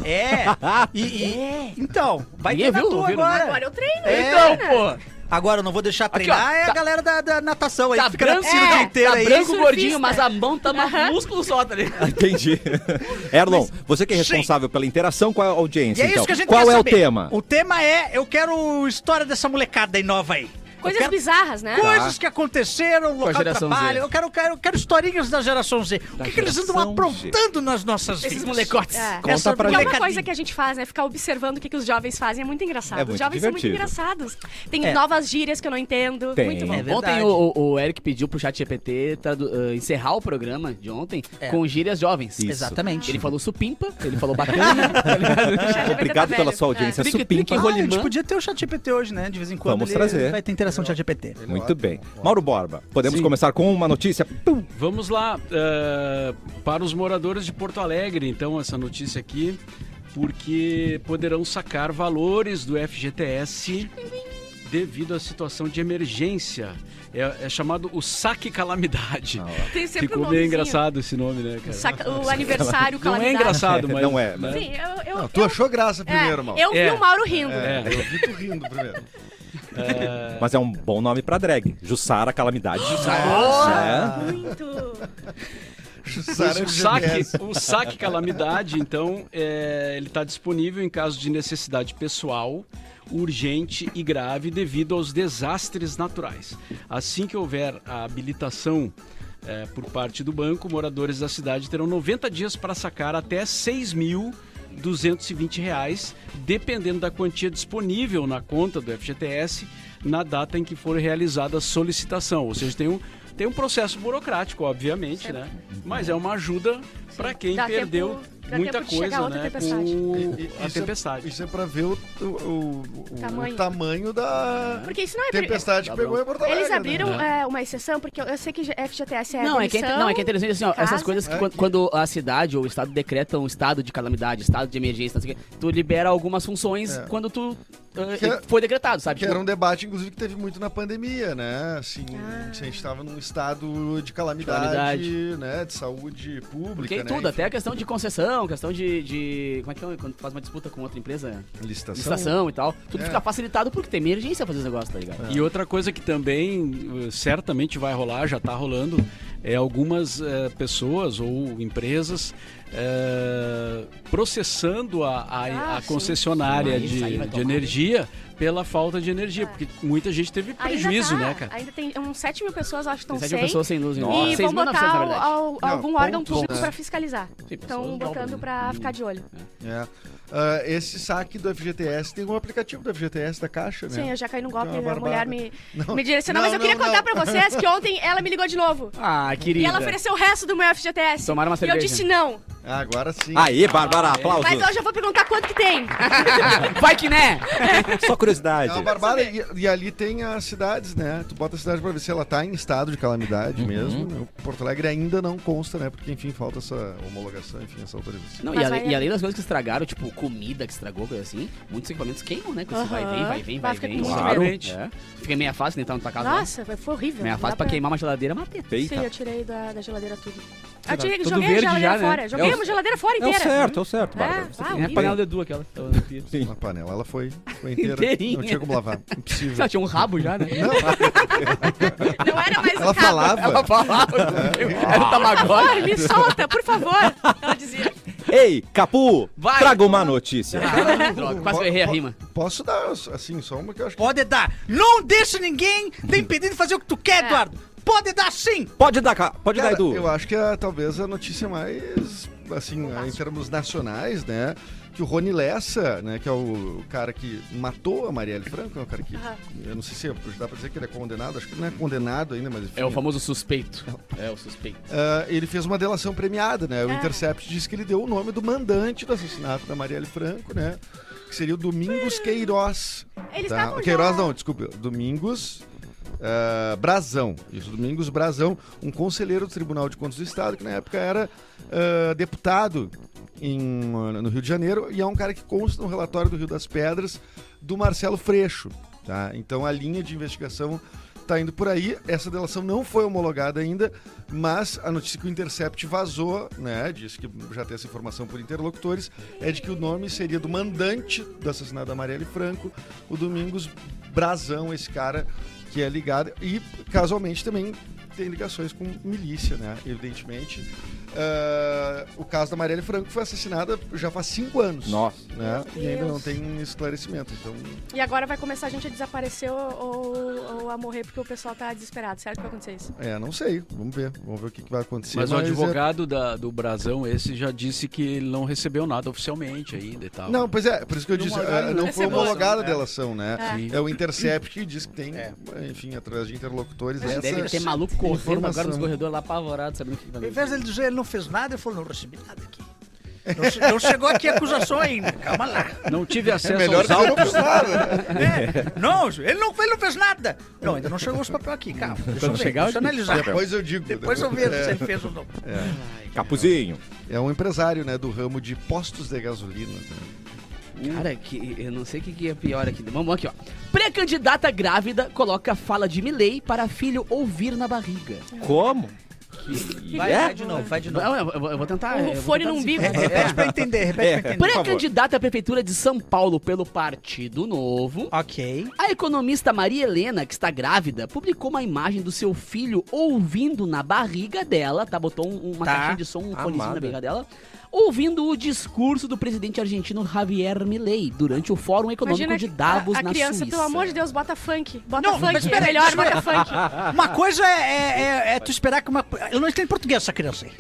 D: É. E, e- Então, vai
C: Ninguém
D: ter
C: viu,
D: tu
C: ouviram,
D: agora.
B: Agora eu treino.
D: É.
B: né?
C: pô.
D: Agora eu não vou deixar treinar
C: ó,
D: é
C: tá-
D: a galera da, da natação aí.
C: Tá
D: que fica na
C: branco,
D: piscina o dia inteiro
C: tá
D: aí.
C: branco,
B: surfista.
C: gordinho, mas a mão tá mais músculo só, tá ligado?
A: entendi. Erlon, você que é
D: Sim.
A: responsável pela interação com a
D: E
A: audiência,
D: é isso
A: então.
D: que a gente
A: Qual
D: quer
A: é o
D: saber.
A: tema?
D: O tema é eu quero história dessa molecada aí nova aí. Eu
B: Coisas
D: quero
B: bizarras,
A: Tá.
B: né?
D: Coisas que aconteceram,
C: a
D: local de
C: geração
D: trabalho.
C: Z.
D: Eu quero, quero, quero historinhas da geração Z. o que, que eles andam
A: geração
D: aprontando nas nossas vidas?
C: Esses molecotes.
B: É.
A: Conta
D: Essa
A: pra
B: E
A: gente.
B: é uma
D: molecadinha.
B: coisa que a gente faz, né? Ficar observando o que, que os jovens fazem é muito engraçado.
A: É
B: os
A: muito
B: jovens
A: divertido.
B: são muito engraçados. Tem
D: É.
B: novas gírias que eu não entendo.
A: Tem.
B: Muito
A: É
B: bom.
D: verdade.
C: Ontem o, o- o Eric pediu pro chat GPT tradu- ah, encerrar o programa de ontem
D: É.
C: com gírias jovens.
A: Isso.
D: Exatamente.
C: Ele falou supimpa, ele falou bacana, tá ligado?
B: O chat GPT tá
A: Obrigado pela
B: velho.
A: sua audiência.
C: É.
A: Supimpa.
C: Trique, trique,
D: Ah, a gente
C: rolimã.
D: podia ter o ChatGPT hoje, né? De vez em quando
A: Vamos
D: ele
A: trazer.
D: vai ter interação geração chat GPT.
A: Muito bem. Mauro Borba, podemos começar com uma notícia? Pum!
E: Vamos lá, eh, para os moradores de Porto Alegre, então, essa notícia aqui, porque poderão sacar valores do FGTS devido à situação de emergência. É, é chamado o saque calamidade.
B: Tem sempre um
E: Ficou meio
B: nomezinho.
E: engraçado esse nome, né, cara?
B: Saca- o aniversário,
E: Não é
B: calamidade.
E: engraçado, mas... né?
A: Não é, mas-
B: Sim, eu... eu,
F: Não, tu
B: eu-
F: achou graça
B: é,
F: primeiro, mal.
B: Eu vi
E: É.
B: o Mauro rindo.
F: É, eu vi tu rindo primeiro.
A: Mas é um bom nome pra drag. Jussara Calamidade.
B: Nossa, muito.
F: Jussara
E: o, é um saque,
F: FGTS.
E: o saque é calamidade, então, é, ele está disponível em caso de necessidade pessoal, urgente e grave devido aos desastres naturais. Assim que houver a habilitação é, por parte do banco, moradores da cidade terão 90 dias para sacar até 6 mil. R$ 220 reais, dependendo da quantia disponível na conta do FGTS na data em que for realizada a solicitação. Ou seja, tem um, tem um processo burocrático, obviamente, né? Mas é uma ajuda para quem
B: Dá tempo-
E: perdeu
B: dá
E: muita
B: tempo de chegar
E: coisa,
B: outra
E: né?
B: tempestade.
E: Com
F: E- e-
E: a
F: isso é-
E: tempestade.
F: Isso é pra ver o, o- o- o tamanho.
B: Tamanho.
F: da
B: Porque isso não é...
F: tempestade que pegou em Porto Alegre.
B: Eles abriram
F: né?
B: é, uma exceção, porque eu, eu sei que FGTS é
C: Não, é que é,
B: demissão,
C: inte- não, é que é interessante assim, ó,
B: casa.
C: essas coisas que quan- quando, a cidade ou o estado decretam estado de calamidade, estado de emergência, não sei o quê, tu libera algumas funções
F: É.
C: quando tu ah,
F: Que-
C: foi decretado, sabe?
F: Que
C: Tipo,
F: era um debate, inclusive, que teve muito na pandemia, né? Assim, se a gente tava num estado de calamidade,
C: Calamidade.
F: né? De saúde pública,
C: porque em
F: né?
C: tudo,
F: Enfim,
C: até a questão de concessão, questão de, de- como é que é quando tu faz uma disputa com outra empresa,
F: Licitação.
C: licitação e tal, tudo
F: É.
C: fica facilitado porque tem emergência pra fazer os negócios, tá ligado?
E: E outra coisa que também eh, certamente vai rolar, já está rolando, é algumas eh, pessoas ou empresas eh, processando a, a- a
B: Ah, sim.
E: concessionária
C: Isso aí
E: de,
C: vai
E: de
C: tomar.
E: energia pela falta de energia, porque muita gente teve
B: Ainda
E: prejuízo,
B: É. tá,
E: né, cara?
B: Ainda tem uns 7 mil pessoas, acho que
C: Tem
B: estão
C: sete
B: sem.
C: mil pessoas sem luz, então.
A: Nossa.
B: E
C: Seis
B: vão
C: mil novecentos,
B: botar
C: na verdade.
B: ao- ao-
F: Não,
B: algum órgão
F: ponto,
B: público
F: né?
B: pra fiscalizar.
C: Sim,
B: Estão
C: pessoas
B: botando
C: dobram,
B: pra
C: né?
B: ficar de olho.
F: É. Ah, esse saque do FGTS tem um aplicativo do FGTS da Caixa, né?
B: Sim, eu já caí num golpe,
F: É uma
B: a mulher
F: barbada.
B: me,
F: Não.
B: me direcionou.
F: Não,
B: mas eu
F: não,
B: queria contar
F: não.
B: pra vocês que ontem ela me ligou de novo.
C: Ah, querida.
B: E ela ofereceu o resto do meu FGTS.
C: Tomaram
B: e
C: uma
B: eu
C: cerveja. Tá
B: disse não.
F: Ah, agora sim.
A: Aê, Bárbara,
B: Mas
A: aplausos.
B: hoje eu vou perguntar quanto que tem.
C: Vai que né!
A: Só
F: É
A: curiosidade.
F: uma barbada. E, e ali tem as cidades, né? Tu bota a cidade pra ver se ela tá em estado de
C: Uhum.
F: calamidade mesmo. né? O Porto Alegre ainda não consta, né? Porque, enfim, falta essa homologação, enfim, essa autorização.
C: Não, e,
B: Mas
C: ale-
B: vai-
C: e além das coisas que estragaram, tipo comida que estragou, coisa assim, muitos equipamentos queimam, né? Com esse vai e vem,
B: Aham.
C: vai e vem,
B: Vai
C: vai e
B: ficar
C: vem.
B: com muito
C: Claro.
E: medo.
C: É. Fica meia fácil tentar na tua casa. né?
B: Nossa, foi- foi horrível.
C: Meia
B: Não
C: fácil
B: dá Ah,
C: pra queimar uma geladeira, mas
A: Eita.
B: Sim, eu tirei da, da geladeira tudo. Eu
C: Tá
B: tirei,
C: tudo
B: joguei a
C: verde
B: geladeira
C: já, né?
B: fora. Joguei
A: É o-
B: a geladeira fora
A: É o
B: inteira.
A: certo, é o certo, Bárbara.
B: É,
A: Você tem-
B: ah,
C: É a
B: horrível.
C: panela de Edu aquela. que tava na pia.
F: A panela, ela foi, foi inteira.
C: Inteirinha.
F: Não tinha como lavar. Impossível.
C: Ela tinha um rabo já, né?
B: Não era mais
F: Ela
B: o cabo.
F: falava.
C: falava. Era o
B: Amor,
C: É Tamagotchi.
B: me solta, por favor. Ela dizia.
A: Ei, Capu,
C: Vai.
A: traga uma notícia.
C: Ah, droga, Quase que eu errei a
F: Po-
C: rima.
F: Posso dar, assim, só uma que eu acho que.
D: Pode dar. Não deixa ninguém te impedir de fazer o que tu quer,
B: É.
D: Eduardo. Pode dar sim.
A: Pode dar, Ca- pode
F: Cara,
A: dar, Edu.
F: eu acho que é talvez a notícia mais, assim, em termos nacionais, né? Que o Rony Lessa, né? Que é o cara que matou a Marielle Franco, é o cara que.
B: Aham.
F: Eu não sei se dá pra dizer que ele é condenado, acho que ele não é condenado ainda, mas enfim.
C: É o famoso suspeito. É o suspeito.
F: Ah, ele fez uma delação premiada, né? O Intercept disse que ele deu o nome do mandante do assassinato da Marielle Franco, né? Que seria o Domingos Queiroz.
B: Eles
F: tá?
B: estavam já-
F: Queiroz não, desculpa. Domingos ah, Brazão. Isso, Domingos Brazão, um conselheiro do Tribunal de Contas do Estado, que na época era ah, deputado em, no Rio de Janeiro, e é um cara que consta no relatório do Rio das Pedras do Marcelo Freixo. Tá? Então a linha de investigação tá indo por aí. Essa delação não foi homologada ainda, mas a notícia que o Intercept vazou, né? Disse que já tem essa informação por interlocutores, é de que o nome seria do mandante do assassinato da Marielle Franco, o Domingos Brazão, esse cara que é ligado. E casualmente também tem ligações com milícia, né? Evidentemente. Ah, o caso da Marielle Franco foi assassinada já faz cinco anos.
A: Nossa.
F: Né?
B: Meu
F: E ainda
B: Deus.
F: não tem esclarecimento. Então,
B: E agora vai começar a gente a desaparecer ou, ou- ou a morrer porque o pessoal tá desesperado. Certo que vai acontecer isso?
F: é, não sei. Vamos ver. Vamos ver o que, que vai acontecer.
E: Mas o
F: é-
E: advogado da- do Brasão, esse já disse que ele não recebeu nada oficialmente ainda e tal.
F: Não, pois é, por isso que eu
E: Não
F: disse,
E: homologaram,
F: eh,
E: né?
F: não foi
B: Essa é boa.
F: homologada a
E: É.
F: delação, né?
E: Sim.
F: É o Intercept que diz que tem, enfim, através de interlocutores.
C: Mas
F: essa
C: deve ter maluco correndo agora
F: informação.
C: nos corredores lá apavorado, sabendo o que vai
D: Ao invés dele dizer, ele não fez nada, ele falou, não recebi nada aqui. Não, che- não chegou aqui a acusação ainda. Calma lá.
E: Não tive acesso
F: É melhor
E: aos
F: que eu não
E: autos.
F: fiz nada.
D: É, não, ele não, ele não fez nada. Não, ainda não chegou os papéis aqui. Calma, deixa eu
C: Quando
D: ver,
C: chegar,
D: deixa eu
C: eu-
D: analisar.
F: Depois eu digo.
D: Depois eu vejo se
F: É,
D: ele fez ou não.
A: Capuzinho.
F: é um empresário, né, do ramo de postos de gasolina. né?
C: Cara, que, eu não sei o que, que é pior aqui. Vamos aqui, ó. Pré-candidata grávida coloca fala de Milley para filho ouvir na barriga.
A: Como?
D: Vai, vai de novo, vai de novo.
C: Não, eu, eu- eu vou tentar.
B: É. O
C: eu vou
B: fone
C: tentar
B: no umbigo.
C: decifrar.
D: É, Repete pra entender, repete pra entender.
C: Pré-candidata à Prefeitura de São Paulo pelo Partido Novo,
D: Ok.
C: a economista Maria Helena, que está grávida, publicou uma imagem do seu filho ouvindo na barriga dela, tá? Botou um- uma
D: Tá.
C: caixinha de som, um fonezinho
A: Amada.
C: na barriga dela, ouvindo o discurso do presidente argentino Javier Milei durante o Fórum Econômico
B: Imagina
C: de Davos
B: a, a
C: na
B: criança,
C: Suíça.
B: pelo amor de Deus, bota funk. Bota
D: Não, mas
B: funk, é
D: peraí,
B: melhor,
D: espera.
B: bota funk.
D: Uma coisa é, é- é tu esperar que uma. Eu não entendo português essa criança aí.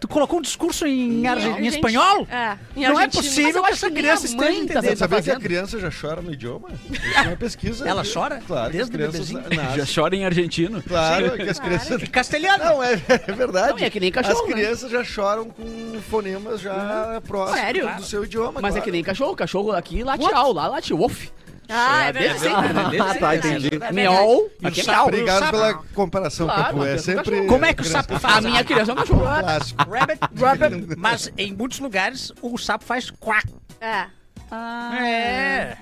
D: Tu colocou um discurso em, arge- em
B: Argentino.
D: espanhol?
B: É, em
D: Não
B: argentino.
D: é
C: Mas
D: possível
C: eu
D: que
C: acho
D: essa
C: que nem
D: criança
C: a
D: esteja
C: mãe tá
D: entendendo.
F: Você sabia
C: tá
F: que a
C: fazendo?
F: criança já chora no idioma? Isso é uma pesquisa.
D: Ela chora?
F: Claro, que
D: Desde
F: as crianças
D: bebezinho?
F: nascem-
E: Já Ah, chora em argentino.
F: Claro que as crianças.
D: Castelhano.
F: Não, é, é verdade.
C: Não, é que nem cachorro,
F: As
C: né?
F: crianças já choram com fonemas já próximos
B: Sério?
F: do seu idioma.
C: Mas é
F: claro.
C: que nem cachorro, cachorro aqui late ao, lá late wolf.
B: Ah, é
C: Deve
B: verdade.
C: ser. né?
A: Ah, tá, entendi.
C: Meow,
D: E Ah, o
C: aqui é
D: sapo,
C: cachorro.
F: Obrigado
D: sapo.
F: pela comparação,
C: Claro,
F: Capu. É
C: mas é um
F: sempre.
C: cachorro.
D: Como é que o sapo faz?
C: A minha criança é um cachorro.
F: um clássico.
D: Rabbit, rabbit. Mas em muitos lugares o sapo faz quack.
B: É.
D: É.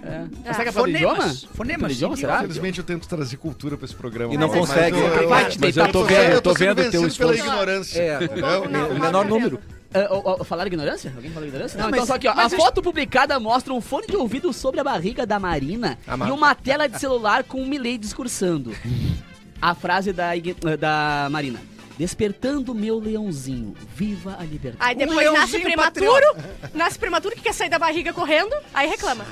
C: Mas será que é por idioma?
D: Fonemas. Fonemas.
C: Idioma, será?
F: Infelizmente eu tento trazer cultura pra esse programa.
A: E não
F: mas-
A: consegue.
F: mas eu- eu-
C: Vai te
E: Mas
C: deitar
E: eu tô
C: pro
E: vendo,
C: chão.
E: eu tô
F: sendo
E: vendo teu
F: vencido pela
E: esforço.
F: ignorância.
A: É,
F: entendeu?
B: o menor
A: menor número.
C: Ah, ó, ó, falaram ignorância? Alguém falou ignorância? Não,
D: Não,
C: então
D: mas-
C: só aqui, ó.
D: mas
C: A
D: isso-
C: foto publicada mostra um fone de ouvido sobre a barriga da Marina e uma tela de celular com o Milley discursando. A frase da, Ig- eh, da Marina. Despertando meu leãozinho, viva a liberdade.
B: Aí depois
D: leãozinho
B: nasce prematuro, nasce prematuro que quer sair da barriga correndo, aí reclama.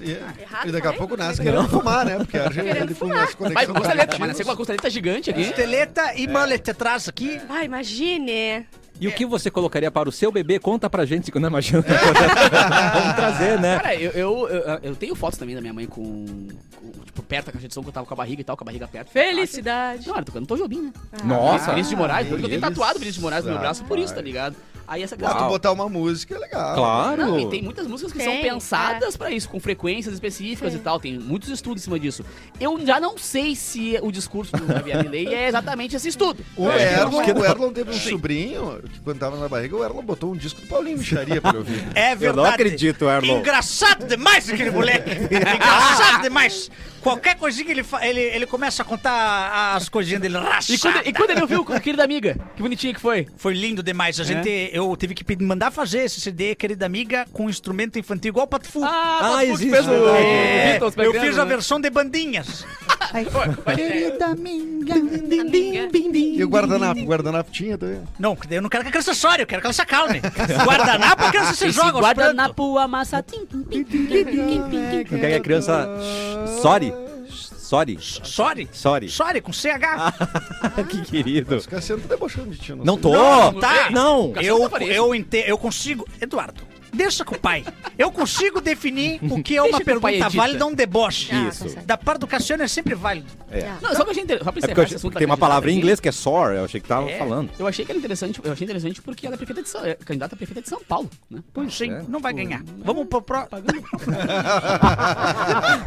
F: E,
B: errado,
F: e daqui a
B: falei?
F: pouco nasce querendo fumar, né? Porque a gente
B: Querendo
F: ele com as
C: Vai,
F: conexões.
C: costeleta, mas nasceu
F: cognitivas.
C: com uma É. costeleta gigante aqui.
D: Teleta e mullet atrás aqui.
B: Ah, imagine.
A: E o que você colocaria para o seu bebê? Conta pra gente, que não imagina. Vamos trazer, né?
C: Cara, eu, eu, eu, eu tenho fotos também da minha mãe com, com, tipo, perto da caixa de som, que eu tava com a barriga e tal, com a barriga perto.
B: Felicidade.
C: Não, era tocando Tom Jobim, né?
A: Nossa.
C: Vinícius de Moraes, porque eu tenho
F: Isso.
C: tatuado Vinícius de Moraes no meu braço por isso, tá ligado? Aí essa
F: Ah,
C: questão.
F: tu botar uma música é legal.
A: Claro.
C: Não, e tem é. muitas músicas que são
B: Tem,
C: pensadas pra isso, com frequências específicas
B: Sim.
C: e tal. Tem muitos estudos em cima disso. Eu já não sei se o discurso do Javier Milley é exatamente esse estudo.
F: O
A: É,
F: Erlon,
A: acho que não.
F: o Erlon teve um sobrinho que quando tava na barriga, o Erlon botou um disco do Paulinho Micharia pra eu ouvir.
D: É
A: Eu não acredito, Erlon.
D: Engraçado demais aquele moleque. Engraçado demais. Qualquer coisinha que ele, fa- ele, ele começa a contar as coisinhas dele. Rachada.
C: E quando, e quando ele ouviu com a querida amiga, que bonitinha que foi.
D: Foi lindo
C: É.
D: demais. A gente, eu tive que pedir- mandar fazer esse CD, querida amiga, com um instrumento infantil igual o Patfu.
A: Ah,
C: Patux
A: existe,
C: fez o-
A: verdade.
C: o
D: É,
C: Beatles
D: eu
C: pegando,
D: fiz a
C: né?
D: versão de bandinhas.
F: Querida amiga. E o guardanapo? O guardanapo tinha também.
D: Não, porque daí eu não quero que a criança chore, eu quero que ela se acalme. Guardanapo, a criança se
C: Esse
D: joga aos prantos.
C: guardanapo amassa. tim, tim, tim, tim, tim, tim, tim, tim.
A: Não quer é que a criança... Sorry. Sorry.
D: Sorry.
A: Sorry.
D: Sorry, com CH.
A: que querido.
F: Os caras sempre tão debochando de ti.
A: Não
F: sei.
A: tô.
D: Não, tá.
A: Não.
D: Eu,
C: Aparece.
D: eu, ente, eu consigo... Eduardo, deixa com o pai. Eu consigo definir o que é uma
C: Deixa que o pai
D: pergunta
C: edita.
D: válida ou um deboche.
B: Ah,
A: Isso.
B: consegue.
D: Da parte do Cassiano é sempre válido.
C: Não, só que eu achei inter- só
A: É
C: pra encerrar
A: porque eu
C: esse
A: achei-
C: assunto da
A: tem uma
C: candidata
A: palavra em
C: tá aqui.
A: inglês que é sore. Eu achei que tava
D: É.
A: falando.
C: Eu achei que era interessante, eu achei interessante porque ela é prefeita de São, é candidata a prefeita de São Paulo, né?
D: Pois sim,
A: é.
D: não vai ganhar. Vamos pro próximo.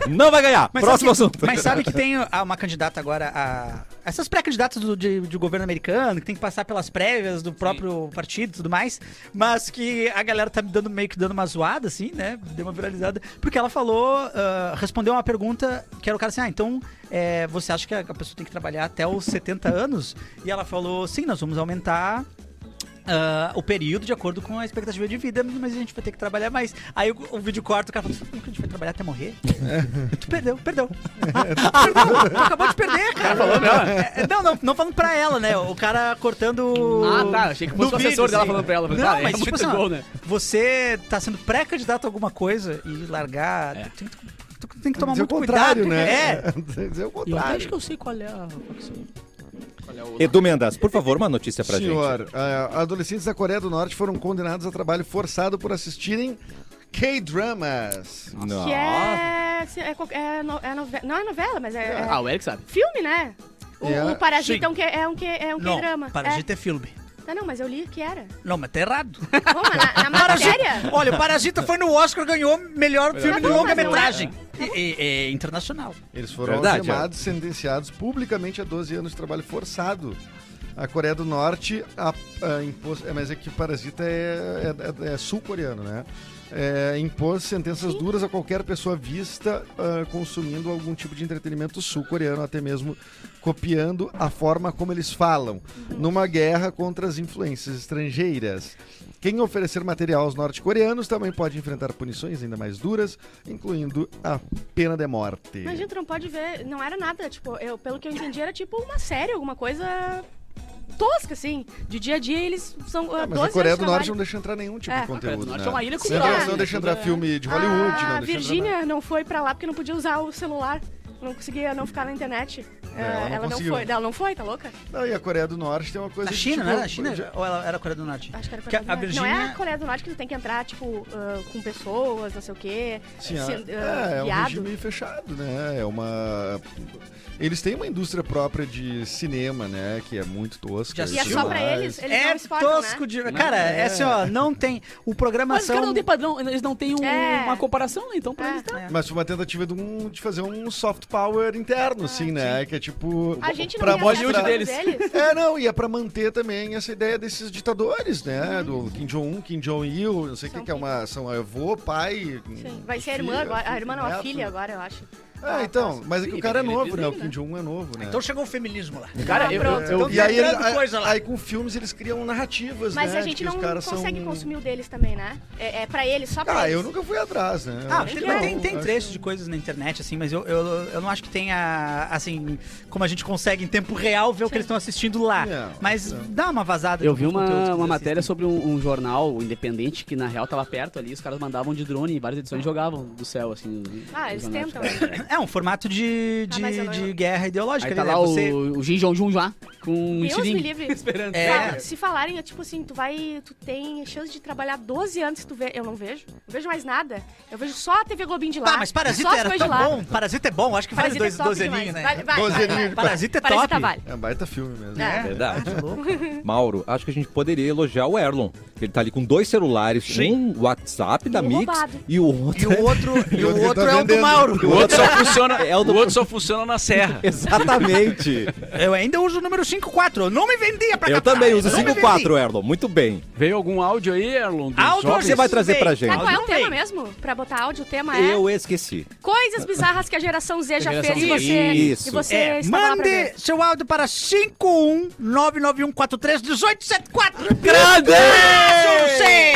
A: Não vai ganhar. Próximo
D: sabe que,
A: assunto.
D: Mas sabe que tem ah, uma candidata agora a. Essas pré-candidatas do- de, de governo americano, que tem que passar pelas prévias do próprio partido e tudo mais, mas que a galera tá me dando meio que dando uma zoada, assim, né? Deu uma viralizada. Porque ela falou, ah, respondeu uma pergunta que era o cara assim: ah, então é, você acha que a a pessoa tem que trabalhar até os 70 anos? E ela falou: sim, nós vamos aumentar ah, o período de acordo com a expectativa de vida, mas a gente vai ter que trabalhar mais. Aí o, o vídeo corta, o cara fala, "Como que a gente vai trabalhar até morrer? tu perdeu, perdeu. perdeu, tu acabou de perder, cara. falou não, não, não falando pra ela, né? O cara cortando...
C: Ah, tá, achei que fosse
D: no
C: o assessor
D: vídeo,
C: dela
D: assim.
C: falando pra ela,
D: Não,
C: falando, cara, é
D: mas tipo
C: muito
D: assim, ó,
C: bom, né?
D: você tá sendo pré-candidato a alguma coisa e largar...
C: É.
D: Tem, que- tu tem que tomar
F: Dizer o
D: muito
F: contrário,
D: cuidado.
F: né?
D: É.
F: Tem que Dizer o
C: Eu até
F: contrário.
C: acho que eu sei qual é a facção. Qual é o
A: Edu Mendas, por favor, uma notícia pra gente.
F: Senhor, ah, adolescentes da Coreia do Norte foram condenados a trabalho forçado por assistirem K-dramas.
A: Não.
B: Que é, se- é, co- é, no- é nove- não é novela, mas é, é
C: Ah, o Eric sabe.
B: filme, né? O,
F: É,
B: o Parasita
D: sim.
B: é um que é um que é um que
D: Não,
B: drama.
D: para, a gente é filme.
B: Tá, não, mas eu li que era.
D: Não, mas tá errado.
B: Bom, mas na, na matéria...
D: Olha, o Parasita foi no Oscar, ganhou melhor filme de
B: bom,
D: longa-metragem.
C: É.
D: E- e- e internacional.
F: Eles foram
A: Verdade,
F: algemados, sentenciados publicamente a 12 anos de trabalho forçado. A Coreia do Norte, a- a impôs- é, mas é que o Parasita é, é- é sul-coreano, né? É, impôs sentenças duras a qualquer pessoa vista ah, consumindo algum tipo de entretenimento sul-coreano, até mesmo copiando a forma como eles falam, numa guerra contra as influências estrangeiras. Quem oferecer material aos norte-coreanos também pode enfrentar punições ainda mais duras, incluindo a pena de morte.
B: Imagina, tu não pode ver... Não era nada, tipo... Eu, pelo que eu entendi, era tipo uma série, alguma coisa... Tosca, assim. De dia a dia, eles são ah,
F: Ah,
B: 12
F: mas
B: anos
F: a Coreia do
B: de
F: Norte
B: trabalho.
F: não deixa entrar nenhum tipo
B: É,
F: de
B: a
C: Coreia do
F: conteúdo.
C: Norte
F: né?
C: é uma ilha
F: Não,
C: cultural,
F: Não
C: né?
F: deixa entrar
C: Tudo é-
F: filme de Hollywood,
B: a
F: não deixa entrar.
B: Virgínia não foi pra lá porque não podia usar o celular. Não conseguia não ficar na internet.
F: É,
B: Ah,
F: ela não
B: ela não
F: conseguiu.
B: foi. Ela não foi, tá louca?
F: nada. Não, e a Coreia do Norte tem uma
D: Na
F: coisa. de,
D: China,
F: tipo,
D: né? Na China?
F: já-
D: Ou ela era Coreia do Norte?
B: Acho que era a
D: Que a-
B: Coreia
D: a
B: do Norte. Não é
D: Virgínia-
B: a Coreia do Norte que tu tem que entrar, tipo, ah, com pessoas, não sei o quê.
F: Sim, é,
B: sendo, ah,
F: é, é um
B: viado.
F: regime fechado, né? É uma. Eles têm uma indústria própria de cinema, né? Que é muito
D: Já
F: tosca.
B: E é
F: demais.
B: só pra eles, eles
D: é
B: não esforçam,
D: tosco
B: né?
D: de. Cara, é assim, ó, não tem. O
C: Mas os
D: programação.
C: caras não têm padrão, eles não têm um-
B: É.
C: uma comparação, né? Então pra
B: É.
C: eles tá.
F: Mas foi uma tentativa de, um- de fazer um soft power interno, assim, né? Que é tipo.
B: A gente não
F: pra
B: tem acesso
F: mostrar-
B: aos
C: deles.
B: deles.
F: É, não, e é pra manter também essa ideia desses ditadores, né? Do Kim Jong-un, Kim Jong-il, não sei o que,
B: Uhum. São
F: que é uma. São avô, pai.
B: Sim. Vai ser a
F: filho,
B: irmã agora. A irmã não, a
F: neto.
B: filha tá. agora, eu acho.
F: Ah, então, mas é que o
C: Sim,
F: cara é
C: ele
F: novo,
C: fez
F: né? O
C: ele,
F: Kim Jong-un é novo, né?
D: Então chegou o feminismo lá.
C: Cara, eu, eu,
B: pronto.
C: eu-
F: e aí, ele-
D: entrando
F: aí-
D: coisa lá.
F: aí com filmes eles criam narrativas,
B: Mas
F: né?
B: a
F: de
B: gente
F: que os
B: não
F: caras são- um-
B: consegue consumir o deles também, né? É, é pra eles, só pra
F: Ah,
B: eles.
F: eu nunca fui atrás, né? Eu
D: Ah,
F: acho
D: tem,
F: que
D: mas
F: não,
D: tem, tem
F: acho
D: trechos
F: que-
D: de coisas na internet, assim, mas eu, eu, eu não acho que tenha, assim, como a gente consegue em tempo real ver o que eles estão assistindo lá.
F: Não,
D: mas
F: não.
D: dá uma vazada.
C: eu
D: de
C: vi uma,
D: conteúdo que eles
C: uma matéria
D: assistem.
C: sobre um, um jornal independente que na real tava perto ali, os caras mandavam de drone, várias edições jogavam do céu, assim. os-
B: Ah,
C: os
B: eles
C: jornais.
B: tentam.
D: É um formato de,
B: Ah,
D: de,
B: mas eu não-
D: de guerra ideológica.
C: Aí tá
D: né?
C: lá
D: Você-
C: o, o Jin Jong Jun já, com
B: Deus
C: um
B: me
C: estilingue.
B: livre.
C: Esperando.
D: É.
B: Cara, se falarem, é tipo assim, tu vai. Tu tem chance de trabalhar 12 anos se tu vê. Eu não vejo. Não vejo mais nada. Eu vejo só a TV Globinho de lá.
D: Pá, mas Parasita
B: só as
D: era
B: coisas
D: tão
B: de lá.
D: bom. Parasita é bom, acho que vale
B: Parasita
D: dois
B: é top
D: dozeninhos,
B: demais. Vale,
D: né?
B: vale,
F: Dozeninho.
B: vale, vale.
D: Parasita é
B: Parasita
D: top.
B: vale.
F: É um baita filme mesmo.
B: É.
A: Verdade.
D: Ah, tá louco.
A: Mauro, acho que a gente poderia elogiar o Erlon. que Ele tá ali com dois celulares, um WhatsApp da
B: Um
A: Mix
B: roubado.
A: e o outro.
D: E o outro, e
F: Ele
D: o
F: tá
D: outro é o do
F: vendendo.
E: O
D: Mauro.
E: outro só funciona,
A: É o do-
E: o outro só funciona na serra.
A: Exatamente.
D: Eu ainda uso o número 54. Eu não me vendia pra
A: Eu
D: captar,
A: também uso
D: não me
A: 5-4, Erlon. Muito bem.
E: Veio algum áudio aí, Erlon? dos
D: Áudio
E: jovens?
A: Você vai trazer pra
D: Vem.
A: gente.
B: Sabe qual é o
D: Áudio
B: tema
D: vem.
B: mesmo? Pra botar áudio, o tema é
A: Eu esqueci.
B: coisas bizarras que a geração Z já
C: A
B: fez
C: geração
B: e
C: Z.
B: você,
A: Isso.
B: e você
D: É,
B: estava lá pra
D: mande
B: ver.
D: seu áudio para 51991431874.
A: Grande!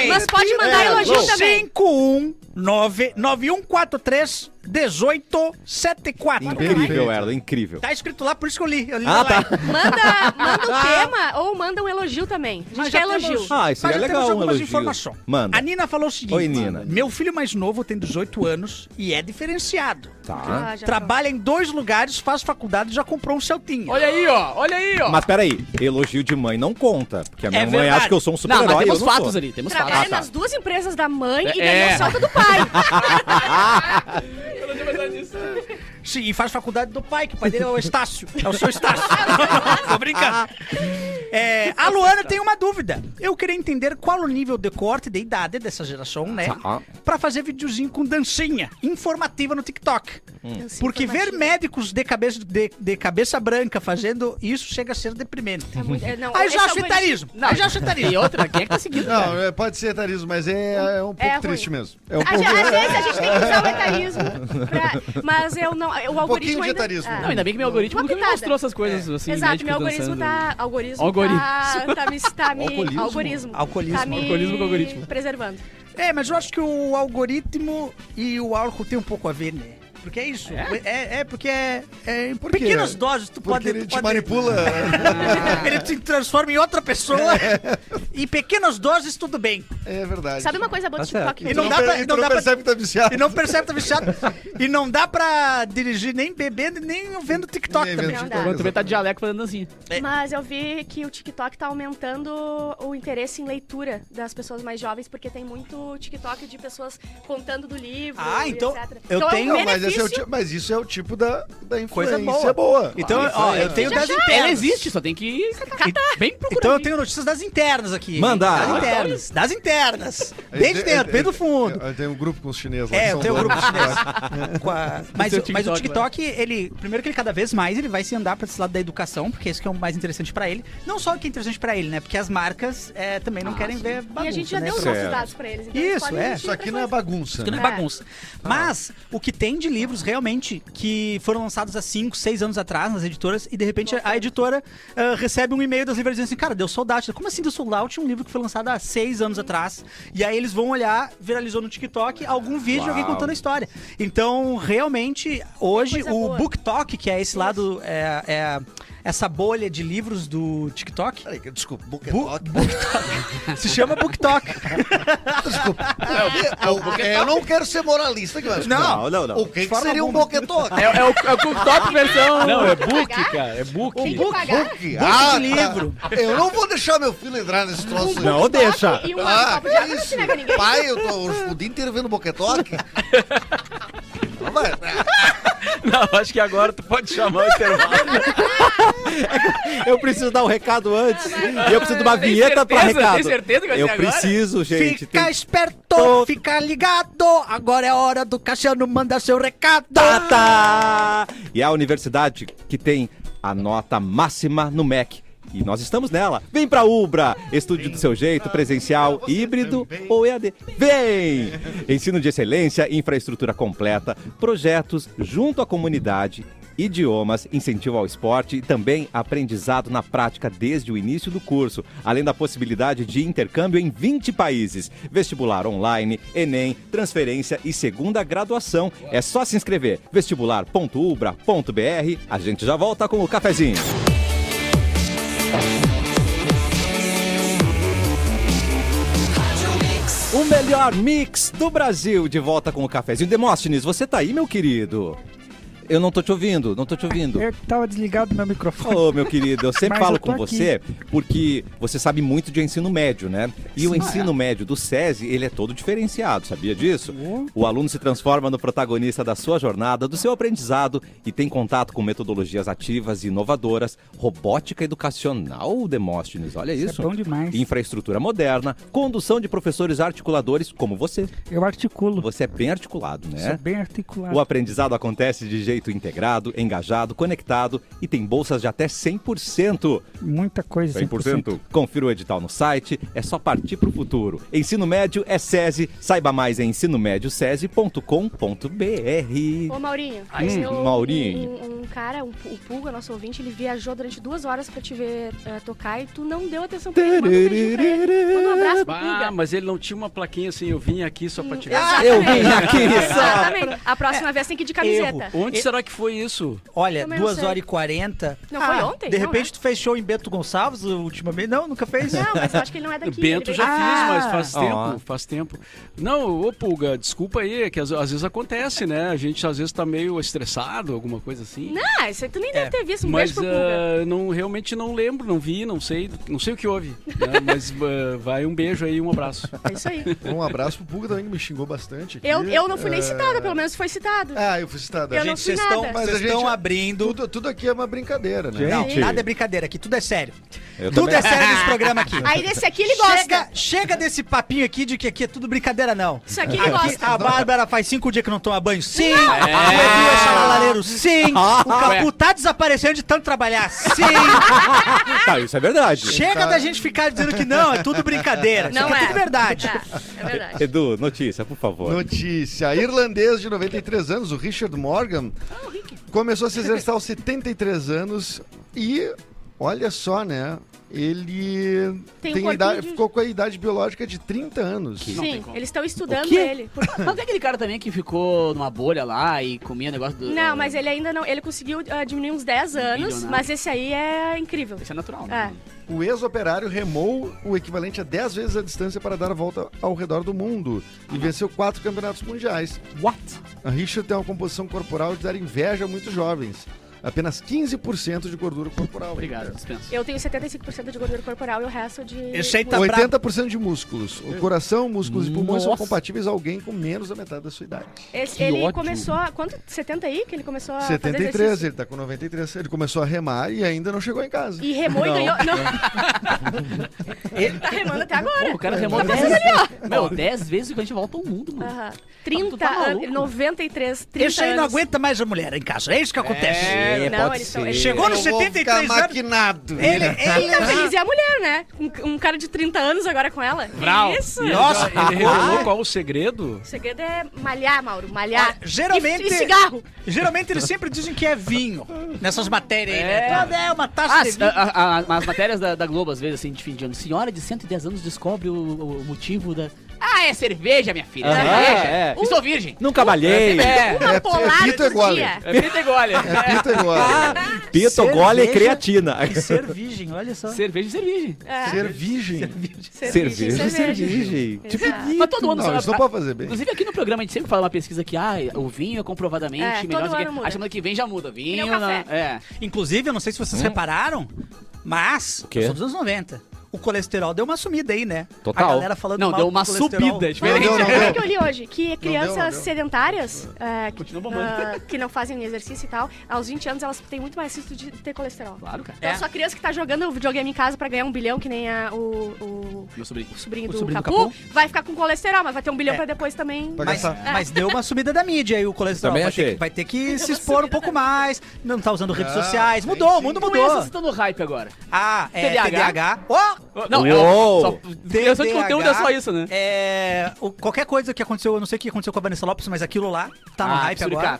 B: Mas pode mandar
A: É,
B: elogio
A: alô.
B: também.
D: 51991431874.
A: Incrível, Erlon, incrível.
D: Tá escrito lá, por isso que eu li. Eu li
A: Ah,
D: na
A: tá.
D: live.
B: Manda, manda o tema ou manda um elogio também. A gente
D: Ah. Mas já
B: quer
D: temos-
B: elogio.
A: Ah, isso é
D: Mas já
A: legal,
D: temos
A: um
D: algumas
A: elogio.
D: informações.
A: Manda.
D: A Nina falou o seguinte.
A: Oi, Nina.
D: Meu filho mais novo tem 18 anos e é diferenciado.
A: Tá.
B: Ah, já
D: Trabalha em dois lugares, faz faculdade e já comprou um Celtinha.
E: Olha aí, ó. Olha aí, ó.
A: Mas peraí, elogio de mãe não conta. Porque a minha
D: É
A: mãe
D: verdade.
A: acha que eu sou um
C: Não,
A: super-herói.
C: mas temos
A: eu não
C: fatos
A: sou.
C: ali, temos
B: Trabalha
C: fatos.
A: tá.
B: nas duas empresas da mãe e
E: É.
B: ganhou solta do pai.
D: Sim, e faz faculdade do pai, que o pai dele é o Estácio. É o seu Estácio. Tô brincando. É, a Luana tem uma dúvida. Eu queria entender qual o nível de corte de idade dessa geração, né?
A: Tá.
D: Pra fazer videozinho com dancinha informativa no TikTok. Porque ver médicos de cabeça, de, de cabeça branca fazendo isso chega a ser deprimente.
B: É muito- é, não,
D: Aí
B: esse
D: já
B: é
D: acho
B: o
D: etarismo. Aí já acho etarismo.
C: E outra, quem é que tá seguindo?
F: Não, é, pode ser etarismo, mas é, é um pouco
B: ruim.
F: triste mesmo. É um
B: A
F: pouco.
B: gente, às vezes a gente tem que usar o etarismo. pra- Mas eu
C: Um
B: não. O
F: pouquinho
B: algoritmo.
F: de
B: ainda-
F: etarismo.
B: Ah.
C: Não, ainda bem que meu algoritmo
B: Uma
C: nunca me
B: pitada.
C: mostrou essas coisas
E: É.
C: assim.
B: Exato,
C: médicos
B: meu algoritmo
C: dançando.
B: tá. Algoritmo.
C: Algoritmo.
B: Tá, tá me. Tá me
F: Alcoolismo.
B: Algoritmo.
D: Alcoolismo.
B: Tá me
C: Alcoolismo com algoritmo.
B: Preservando.
D: É, mas eu acho que o algoritmo e o álcool tem um pouco a ver, né? Porque é isso. É, é porque é, é em
F: quê?
D: pequenas doses tu
F: Porque
D: pode...
F: ele
D: tu
F: te
D: pode-
F: manipula.
D: ele te transforma em outra pessoa. em pequenas doses, tudo bem.
F: é verdade.
B: Sabe uma coisa boa do
A: Tá certo.
B: TikTok?
D: E
F: E
D: não
F: não,
D: dá pra-
F: e
D: não
F: tu
D: dá
F: não
D: pra-
F: percebe que tá viciado.
D: E não percebe, tá viciado. E não dá pra dirigir nem bebendo, nem vendo TikTok
F: Nem vendo
D: também. é
B: Não
F: TikTok,
B: dá.
C: Quando tu vê tá de jaleco fazendo assim.
B: Mas eu vi que o TikTok tá aumentando o interesse em leitura das pessoas mais jovens, porque tem muito TikTok de pessoas contando do livro.
D: Ah,
B: e
D: então
B: etc.
D: eu
B: Então é um
D: tenho-
F: Não, mas
B: benefício
F: Mas, é o ti- mas isso é o tipo da, da influência
D: Coisa
F: boa.
D: boa. Então,
F: Ah,
D: ó,
F: isso é-
D: eu tenho das
C: Ela
D: internas.
C: existe, só tem que ir bem procurar.
D: Então eu tenho notícias das internas aqui.
A: Manda.
D: Das internas. Das internas. Bem de
F: Eu-
D: dentro,
F: eu-
D: bem do fundo.
F: Eu, eu tenho um grupo com os chineses lá. que
D: É, eu
F: são
D: tenho um
F: donos
D: grupo
F: de
D: chinês.
F: chocolate.
D: Com a- mas,
C: seu
D: o- mas o
C: TikTok,
D: TikTok, ele. Primeiro que ele cada vez mais ele vai se andar pra esse lado da educação, porque isso que é o mais interessante pra ele. Não só o que é interessante pra ele, né? Porque as marcas é, também não querem ver bagunça,
B: Ah, e a gente já
D: né?
B: deu os
D: Isso
A: Certo.
B: nossos dados pra eles. Então
D: Isso,
B: eles podem
D: é.
B: investir
F: Isso
B: em
F: aqui
B: outra
F: não é
B: coisa.
F: bagunça.
D: que não é
F: né?
D: bagunça. Mas o que tem de livros realmente que foram lançados há 5, 6 anos atrás nas editoras e de repente a editora ah, recebe um e-mail das livrarias dizendo assim: "Cara, deu sold out". Como assim deu sold out? Um livro que foi lançado há 6 anos atrás. E aí eles vão olhar, viralizou no TikTok algum vídeo de alguém
A: Uau.
D: contando a história. Então, realmente hoje
B: Coisa
D: o
B: boa.
D: Book Talk, que é esse lado é, é essa bolha de livros do TikTok,
F: Peraí, desculpa, book
D: Bu-
F: talk.
D: se chama Book Talk.
F: É, o- é, eu não quero ser moralista aqui, mas.
A: Não, não, não.
F: O que,
D: De
F: que
D: forma
F: seria um
D: alguma.
F: boquetoque?
C: É, é o, é o cooktop versão.
E: Não, é book,
B: pagar?
E: cara. É book.
B: Tem que pagar
F: Book? Ah, tá.
D: de livro.
F: Eu não vou deixar meu filho entrar nesse troço. aí.
A: Não deixa.
B: e um
F: Ah,
B: copo de água
F: que
B: não se
D: né,
F: isso?
B: nega a ninguém.
F: Pai, eu tô eu o dia inteiro vendo boquetoque. Não vai. né?
E: Não, acho que agora tu pode chamar o intervalo.
A: Eu preciso dar um recado antes. E eu preciso de uma
C: Tem
A: vinheta pra
C: certeza?
A: recado.
C: Tem certeza que vai
A: Eu
C: ser agora?
A: preciso, gente.
D: fica
A: tem-
D: esperto,
A: Tô-
D: fica ligado. Agora é hora do Cassiano mandar seu recado.
A: Tá, tá. E a universidade que tem a nota máxima no MEC. E nós estamos nela. Vem pra Ubra! Estude do seu jeito, presencial, híbrido ou EAD. Vem! Ensino de excelência, infraestrutura completa, projetos junto à comunidade, idiomas, incentivo ao esporte e também aprendizado na prática desde o início do curso, além da possibilidade de intercâmbio em 20 países. Vestibular online, Enem, transferência e segunda graduação. É só se inscrever. vestibular.ubra.br. A gente já volta com o cafezinho. O melhor mix do Brasil de volta com o cafezinho. Demóstenes, você tá aí, meu querido? Eu não tô te ouvindo, não tô te ouvindo.
G: Eu tava desligado meu microfone.
A: Ô, meu querido, eu sempre
G: Mas
A: falo
G: eu tô
A: com
G: aqui.
A: você porque você sabe muito de ensino médio, né? E o ensino médio do SESI, ele é todo diferenciado, sabia disso? O aluno se transforma no protagonista da sua jornada, do seu aprendizado e tem contato com metodologias ativas e inovadoras, robótica educacional, Demóstenes, olha isso.
G: é bom demais.
A: Infraestrutura moderna, condução de professores articuladores como você.
G: Eu articulo.
A: Você é bem articulado, né?
G: Sou bem articulado.
A: O aprendizado acontece de jeito integrado, engajado, conectado e tem bolsas de até 100%.
G: Muita coisa. assim, 100%.
A: Confira o edital no site, é só partir para o futuro. Ensino Médio é SESI, saiba mais em ensinomédiocese.com.br.
B: Ô, Maurinho,
A: Ai,
B: tem
A: hum,
B: um-
A: Maurinho.
B: Um, um cara, um, pu- o Pulga, nosso ouvinte, ele viajou durante duas horas pra te ver eh, tocar e tu não deu atenção pra ele. Manda um beijinho pra ele. Manda um abraço pro
E: Ah,
B: Pulga.
E: mas ele não tinha uma plaquinha assim, eu vim aqui só pra te ver.
B: Exatamente.
A: eu vim aqui só-
B: Exatamente. A próxima vez tem que ir de
C: Ah,
B: camiseta.
C: é-
E: Onde será que foi isso?
D: Olha,
B: Também
D: 2
B: não sei.
D: horas e 40.
B: Não foi ontem,
D: De
B: não,
D: repente
B: né?
D: tu fez show em Beto Gonçalves ultimamente? Não, nunca fez.
B: Não, mas eu acho que ele não
C: Tá
B: é daqui.
E: Bento
B: ele
E: já
B: veio-
E: fiz,
D: Ah!
E: mas faz
A: Ó.
E: tempo, faz tempo. Não, ô Pulga, desculpa aí, é que às, às vezes acontece, né? A gente às vezes tá meio estressado, alguma coisa assim.
B: Ah, isso aí tu nem deve ter visto. Um
E: mas
B: beijo pro Pulga.
E: ah, não, realmente não lembro, não vi, não sei, não sei o que houve. né? Mas ah, vai um beijo aí, um abraço.
B: É isso aí.
F: Um abraço pro Puga também, que me xingou bastante. aqui.
B: Eu, eu não fui nem
F: É,
B: citada, pelo menos foi citado.
F: Ah, eu fui citada.
B: Eu não
D: Gente,
B: fui
D: vocês
B: nada.
D: estão
B: Mas
F: a
D: vocês
F: gente-
D: estão abrindo.
F: Tudo, tudo aqui é uma brincadeira, né?
A: Gente.
D: Não, nada é brincadeira aqui, tudo é sério.
A: Eu
D: tudo
A: também-
D: é sério nesse programa aqui.
B: Aí desse aqui ele gosta.
D: Chega, chega desse papinho aqui de que aqui é tudo brincadeira, não.
B: Isso aqui ele
D: Aqui,
B: gosta.
D: a Bárbara faz cinco dias que não toma banho, sim. A Bebinha é chalalareiro, sim. O Capu tá desaparecendo de tanto trabalhar, sim.
A: Tá, isso é verdade.
D: Chega da gente ficar dizendo que não, é tudo brincadeira. Isso
B: Não
D: aqui é,
B: é.
D: tudo verdade.
C: Tá.
B: É, é verdade.
A: Edu, notícia, por favor.
F: Notícia: irlandês de 93 anos, o Richard Morgan,
B: Ah,
F: começou a se exercitar aos 73 anos e, olha só, né? Ele
B: Tem um
F: tem
B: corpinho
F: idade-
B: de-
F: ficou com a idade biológica de 30 anos.
B: Sim, eles estão estudando
C: quê?
B: ele. Por-
C: Mas não tem aquele cara também que ficou numa bolha lá e comia negócio do.
B: Não, mas ele ainda não. Ele conseguiu ah, diminuir uns 10 anos,
C: Bilionário.
B: mas esse aí é incrível.
C: Isso é natural,
B: É.
C: né?
F: O ex-operário remou o equivalente a 10 vezes a distância para dar a volta ao redor do mundo e venceu quatro campeonatos mundiais.
C: What?
F: A Richard tem uma composição corporal de dar inveja a muitos jovens. apenas 15% de gordura corporal.
C: Obrigado, dispensa.
B: Eu tenho 75% de gordura corporal e o resto de.
D: Esse aí tá brabo.
F: 80% de músculos. O coração, músculos e pulmões
C: Nossa.
F: são compatíveis a alguém com menos da metade da sua idade.
B: Esse-
E: Que
B: ele
E: ódio.
B: começou. a- Quanto? 70 aí que ele começou a. Ah, fazer
F: 73,
B: exercício?
F: ele tá com 93. Ele começou a remar e ainda não chegou em casa.
B: E remou e
E: Não.
B: ganhou. Não. ele tá remando até agora.
C: Pô, o cara remou 10 Meu, 10 vezes e a gente volta ao mundo, mano.
B: Aham.
C: Tu
B: 30
C: tá maluco?
B: anos. 93, 30
D: Esse aí não
B: anos.
D: aguenta mais a mulher em casa. É isso que acontece.
A: É,
B: não,
A: pode
B: eles são-
A: ser.
B: eles-
D: Chegou nos
F: Eu vou
D: 73
F: ficar
D: anos.
F: maquinado.
D: Ele,
B: Quem tá
D: ele,
B: feliz é a mulher, né? Um, um cara de 30 anos agora com ela. Que
E: Brau.
B: Isso.
E: Ele-
D: Nossa.
E: Ele revelou qual o segredo?
B: O segredo é malhar, Mauro,
C: Ah,
B: malhar.
D: Olha, geralmente-
B: E, e cigarro.
D: geralmente eles sempre dizem que é vinho nessas matérias aí. né?
C: É.
D: Ah, É. uma taça
C: Ah,
D: de
C: se-
D: vinho.
C: a- a- a- as matérias da, da Globo, às vezes, assim, de fim de ano. Senhora de 110 anos descobre o, o motivo da. Ah, é cerveja, minha filha.
A: Aham,
C: cerveja.
A: é.
C: Estou virgem.
A: Nunca malhei.
C: É,
B: Uma
F: é
B: polar
F: pito
B: outro
F: igual,
B: dia.
C: é pita e gole. É.
F: Pita agora.
A: Pito, Ah, gole e
D: Cerveja.
A: creatina.
D: E ser virgem, olha só.
C: Cerveja e cerveja.
B: É.
F: Ser virgem.
A: Cerveja, cerveja.
B: Tipo,
C: Mas todo ano.
F: Não, isso não pode fazer bem.
C: Inclusive aqui no programa a gente sempre fala uma pesquisa que ah, o vinho é comprovadamente
B: É, todo
C: melhor do que.
B: ano muda.
C: A semana que vem já muda. Vinho,
B: nem o café.
C: não- é.
D: Inclusive, eu não sei se
C: Hum?
D: vocês repararam, mas
A: quê?
D: eu sou dos anos 90. O colesterol deu uma sumida aí, né?
A: Total.
D: A é galera falando
C: Não,
D: mal
C: deu
D: do
C: uma
D: colesterol.
C: subida,
B: Não,
C: diferente.
F: não,
B: não,
F: não.
B: que eu li hoje? Que crianças
F: deu, não deu.
B: sedentárias, é, que,
C: Continua bombando.
B: ah, que não fazem exercício e tal, aos 20 anos elas têm muito mais risco de ter colesterol.
C: Claro, cara.
B: Então, só criança que tá jogando videogame em casa pra ganhar um bilhão, que nem a- o, o
C: Meu sobrinho.
B: sobrinho
C: O
B: do
C: sobrinho do
B: Capu,
C: Capu?
B: vai ficar com colesterol, mas vai ter um bilhão
D: É.
B: pra depois também.
F: Pra
D: Mas,
F: gastar.
D: mas deu uma subida da mídia aí o colesterol.
A: Também
D: vai, ter
A: achei.
D: que, vai ter que se expor um pouco mais. Não tá usando redes
F: Não,
D: sociais.
F: tem
D: Mudou, o
F: sim.
D: mundo
C: Com essas
D: mudou.
C: estão no hype agora.
D: Ah, é
C: TDAH?
D: TDAH. Ó,
C: Não,
A: Uou!
C: é. Só, criação de conteúdo é só isso, né?
D: É, o- qualquer coisa que aconteceu, eu não sei o que aconteceu com a Vanessa Lopes, mas aquilo lá tá no
C: Ah,
D: hype
C: psuricato,
D: agora.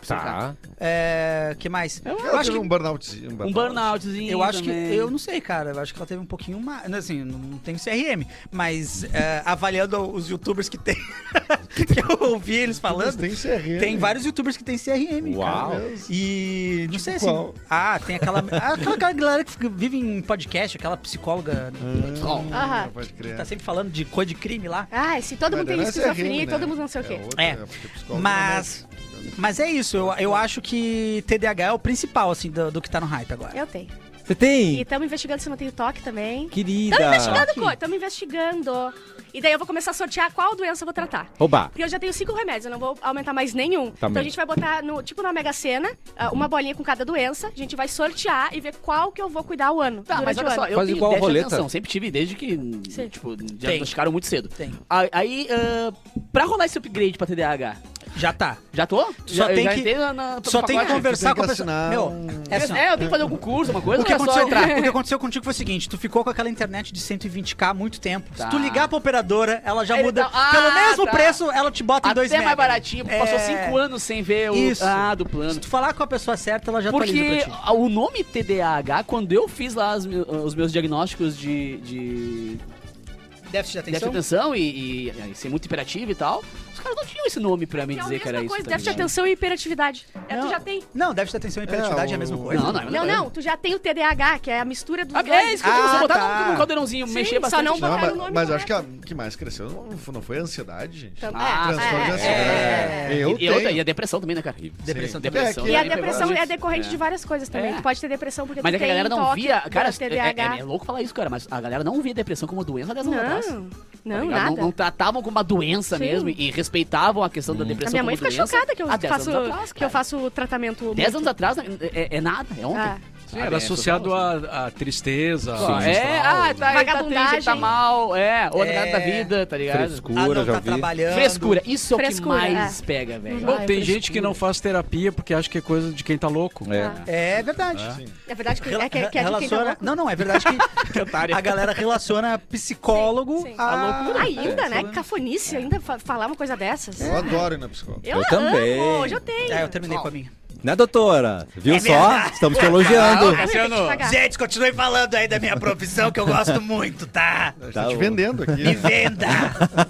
C: psuricato.
D: É, que mais?
F: Eu acho que um burnoutzinho.
C: Um burnoutzinho.
D: Eu acho que.
C: também.
D: Eu não sei, cara. Eu acho que ela teve um pouquinho mais. Assim, não tenho CRM, mas é, avaliando os youtubers que tem. que eu ouvi eles falando.
F: Tem CRM.
D: Tem vários youtubers que tem CRM.
A: Uau.
D: Cara. E. Não sei assim.
F: qual?
D: Ah, tem aquela. aquela cara- galera que fica- vive em podcast, aquela psicóloga.
C: Bom,
B: Aham.
F: Não pode
D: que Tá
F: crer.
D: sempre falando de coisa de crime lá.
B: Ai, Ah, se todo mundo tem
F: Mas não é CRM,
B: esquizofrenia e
F: né?
B: todo mundo não sei o quê.
F: outra,
D: É.
F: porque psicólogo
D: Mas-
F: não mexe.
D: Mas é isso, eu, eu acho que TDAH é o principal, assim, do, do que tá no hype agora.
B: Eu tenho.
A: Você tem?
B: E estamos investigando se eu não tenho toque também.
A: Querida.
D: Tá
B: Estamos investigando coisa, estamos investigando. E daí eu vou começar a sortear qual doença eu vou tratar.
A: Roubar.
B: Porque eu já tenho cinco remédios, eu não vou aumentar mais nenhum.
A: Tá
B: Então
A: bem.
B: a gente vai botar, no, tipo na Mega Sena, ah, uma bolinha com cada doença. A gente vai sortear e ver qual que eu vou cuidar o ano.
C: Tá, mas
B: durante o
C: olha só,
B: ano.
C: eu
A: Faz
C: tenho
A: igual a
C: déficit de
A: roleta.
C: atenção, sempre tive desde que,
B: Sim.
C: tipo, diagnosticaram muito cedo.
D: Tem.
C: A- Aí, ah, pra rolar esse upgrade pra TDAH,
D: Já tá.
C: já tô? já,
D: tem
C: já
D: que-
C: entrei na, na-
D: Só
C: no
D: tem que
C: pacote?
D: conversar
F: tem que
D: com a pessoa.
F: assinar
D: Meu,
F: um-
D: é assim, ó.
C: É, eu tenho que fazer algum curso, uma coisa,
D: O que,
C: ou é só
D: aconteceu,
C: entrar?
D: o que aconteceu contigo foi o seguinte: tu ficou com aquela internet de 120k há muito tempo.
C: Tá.
D: Se tu ligar pra operadora, ela já
C: Ele
D: muda.
C: tá- Ah,
D: pelo mesmo
C: tá.
D: preço, ela te bota em
C: Até
D: dois mega.
C: mais baratinho, porque passou
D: É.
C: cinco anos sem ver o
D: Isso.
C: ah, do
D: Se
C: plano.
D: tu falar com a pessoa certa, ela já
C: Porque
D: atualiza pra ti.
C: a- o nome TDAH, quando eu fiz lá as me- os meus diagnósticos de, de
D: Déficit de
C: déficit de
D: atenção?
C: atenção e, e- e ser muito imperativo e tal, os caras não tinham esse nome pra me
B: Que é a
C: dizer que era
B: mesma
C: isso.
B: coisa,
C: tá
B: déficit de
C: ligado?
B: atenção e hiperatividade. É, tu
C: Não.
B: já tem.
D: Não, déficit de atenção e hiperatividade é, a mesma
F: o-
D: coisa.
C: Não, não, é
B: Não, não, tu já tem o TDAH, que é a mistura dos dois.
C: É isso que eu digo,
D: Ah,
C: só botar
D: tá.
C: no, no caldeirãozinho,
B: Sim,
C: mexer
B: só
C: bastante.
B: não
F: Não,
B: Colocaram
F: mas,
B: o nome
F: mas eu
B: correto.
F: acho que a que mais cresceu não foi, não foi a ansiedade, gente?
B: Então,
C: Ah,
F: Transtorno de
B: é, é,
F: ansiedade.
B: é,
F: Eu
C: e, e, outra,
F: tenho.
C: e a depressão também, né, cara?
D: Depressão
F: Sim.
D: também.
F: É, que-
B: E a
F: Aí pegou
B: depressão
F: isso.
B: é decorrente
C: É.
B: de várias coisas também.
C: É.
B: Tu pode ter depressão porque
C: Mas
B: tu
C: é que a galera
B: tem
C: não
B: toque,
C: via. Cara,
B: pode ter
C: é, é-
B: TDAH.
C: é louco falar isso, cara, mas a galera não via depressão como doença há 10 anos atrás.
B: Não,
C: Tá
B: não,
C: ligado?
B: nada.
C: não tratavam como uma doença
B: Sim.
C: mesmo e respeitavam a questão da
B: A
C: depressão.
B: minha mãe
C: como
B: fica
C: doença
B: chocada que eu,
C: há 10
B: faço,
C: anos atrás,
B: que eu
C: cara.
B: faço tratamento.
C: 10
B: mútuo.
C: anos atrás né, é, é nada, é ontem.
B: Ah.
E: Sim,
C: Ah, é,
E: era associado
C: social,
E: à à tristeza.
C: Sim,
E: ao
C: é, ah,
E: astral.
C: tá, ele tá
B: Vagabundagem.
C: triste, ele tá mal, é, ou
D: É.
C: é. da vida, tá ligado?
D: Ah,
A: Frescura,
D: não,
A: já
D: tá
A: vi.
D: trabalhando.
C: Frescura, isso é o que
B: Frescura,
C: mais pega, velho.
E: Bom,
C: Ah, é
E: tem gente que
C: frescura.
E: não faz terapia porque acha que é coisa de quem tá louco.
A: É.
D: É verdade.
B: É verdade que é, que é, que é de quem tá
D: Relaciona...
B: louco.
D: Não, não, é verdade que
C: otário.
D: a galera relaciona psicólogo
B: Sim, sim.
D: a...
C: A loucura.
B: Ainda, né? Que cafonice, ainda fa- falar uma coisa dessas.
F: Eu adoro ir na psicóloga.
A: Eu também.
B: amo, hoje eu tenho.
D: É, eu terminei com a minha.
A: Né, doutora? Viu
D: É
A: só?
D: verdade.
A: Estamos te elogiando.
B: Eu tenho Ah, que te pagar.
D: Gente, continue falando aí da minha profissão que eu gosto muito, tá?
F: Eu
A: Tá
F: tá te
A: bom.
F: vendendo aqui.
D: Me venda!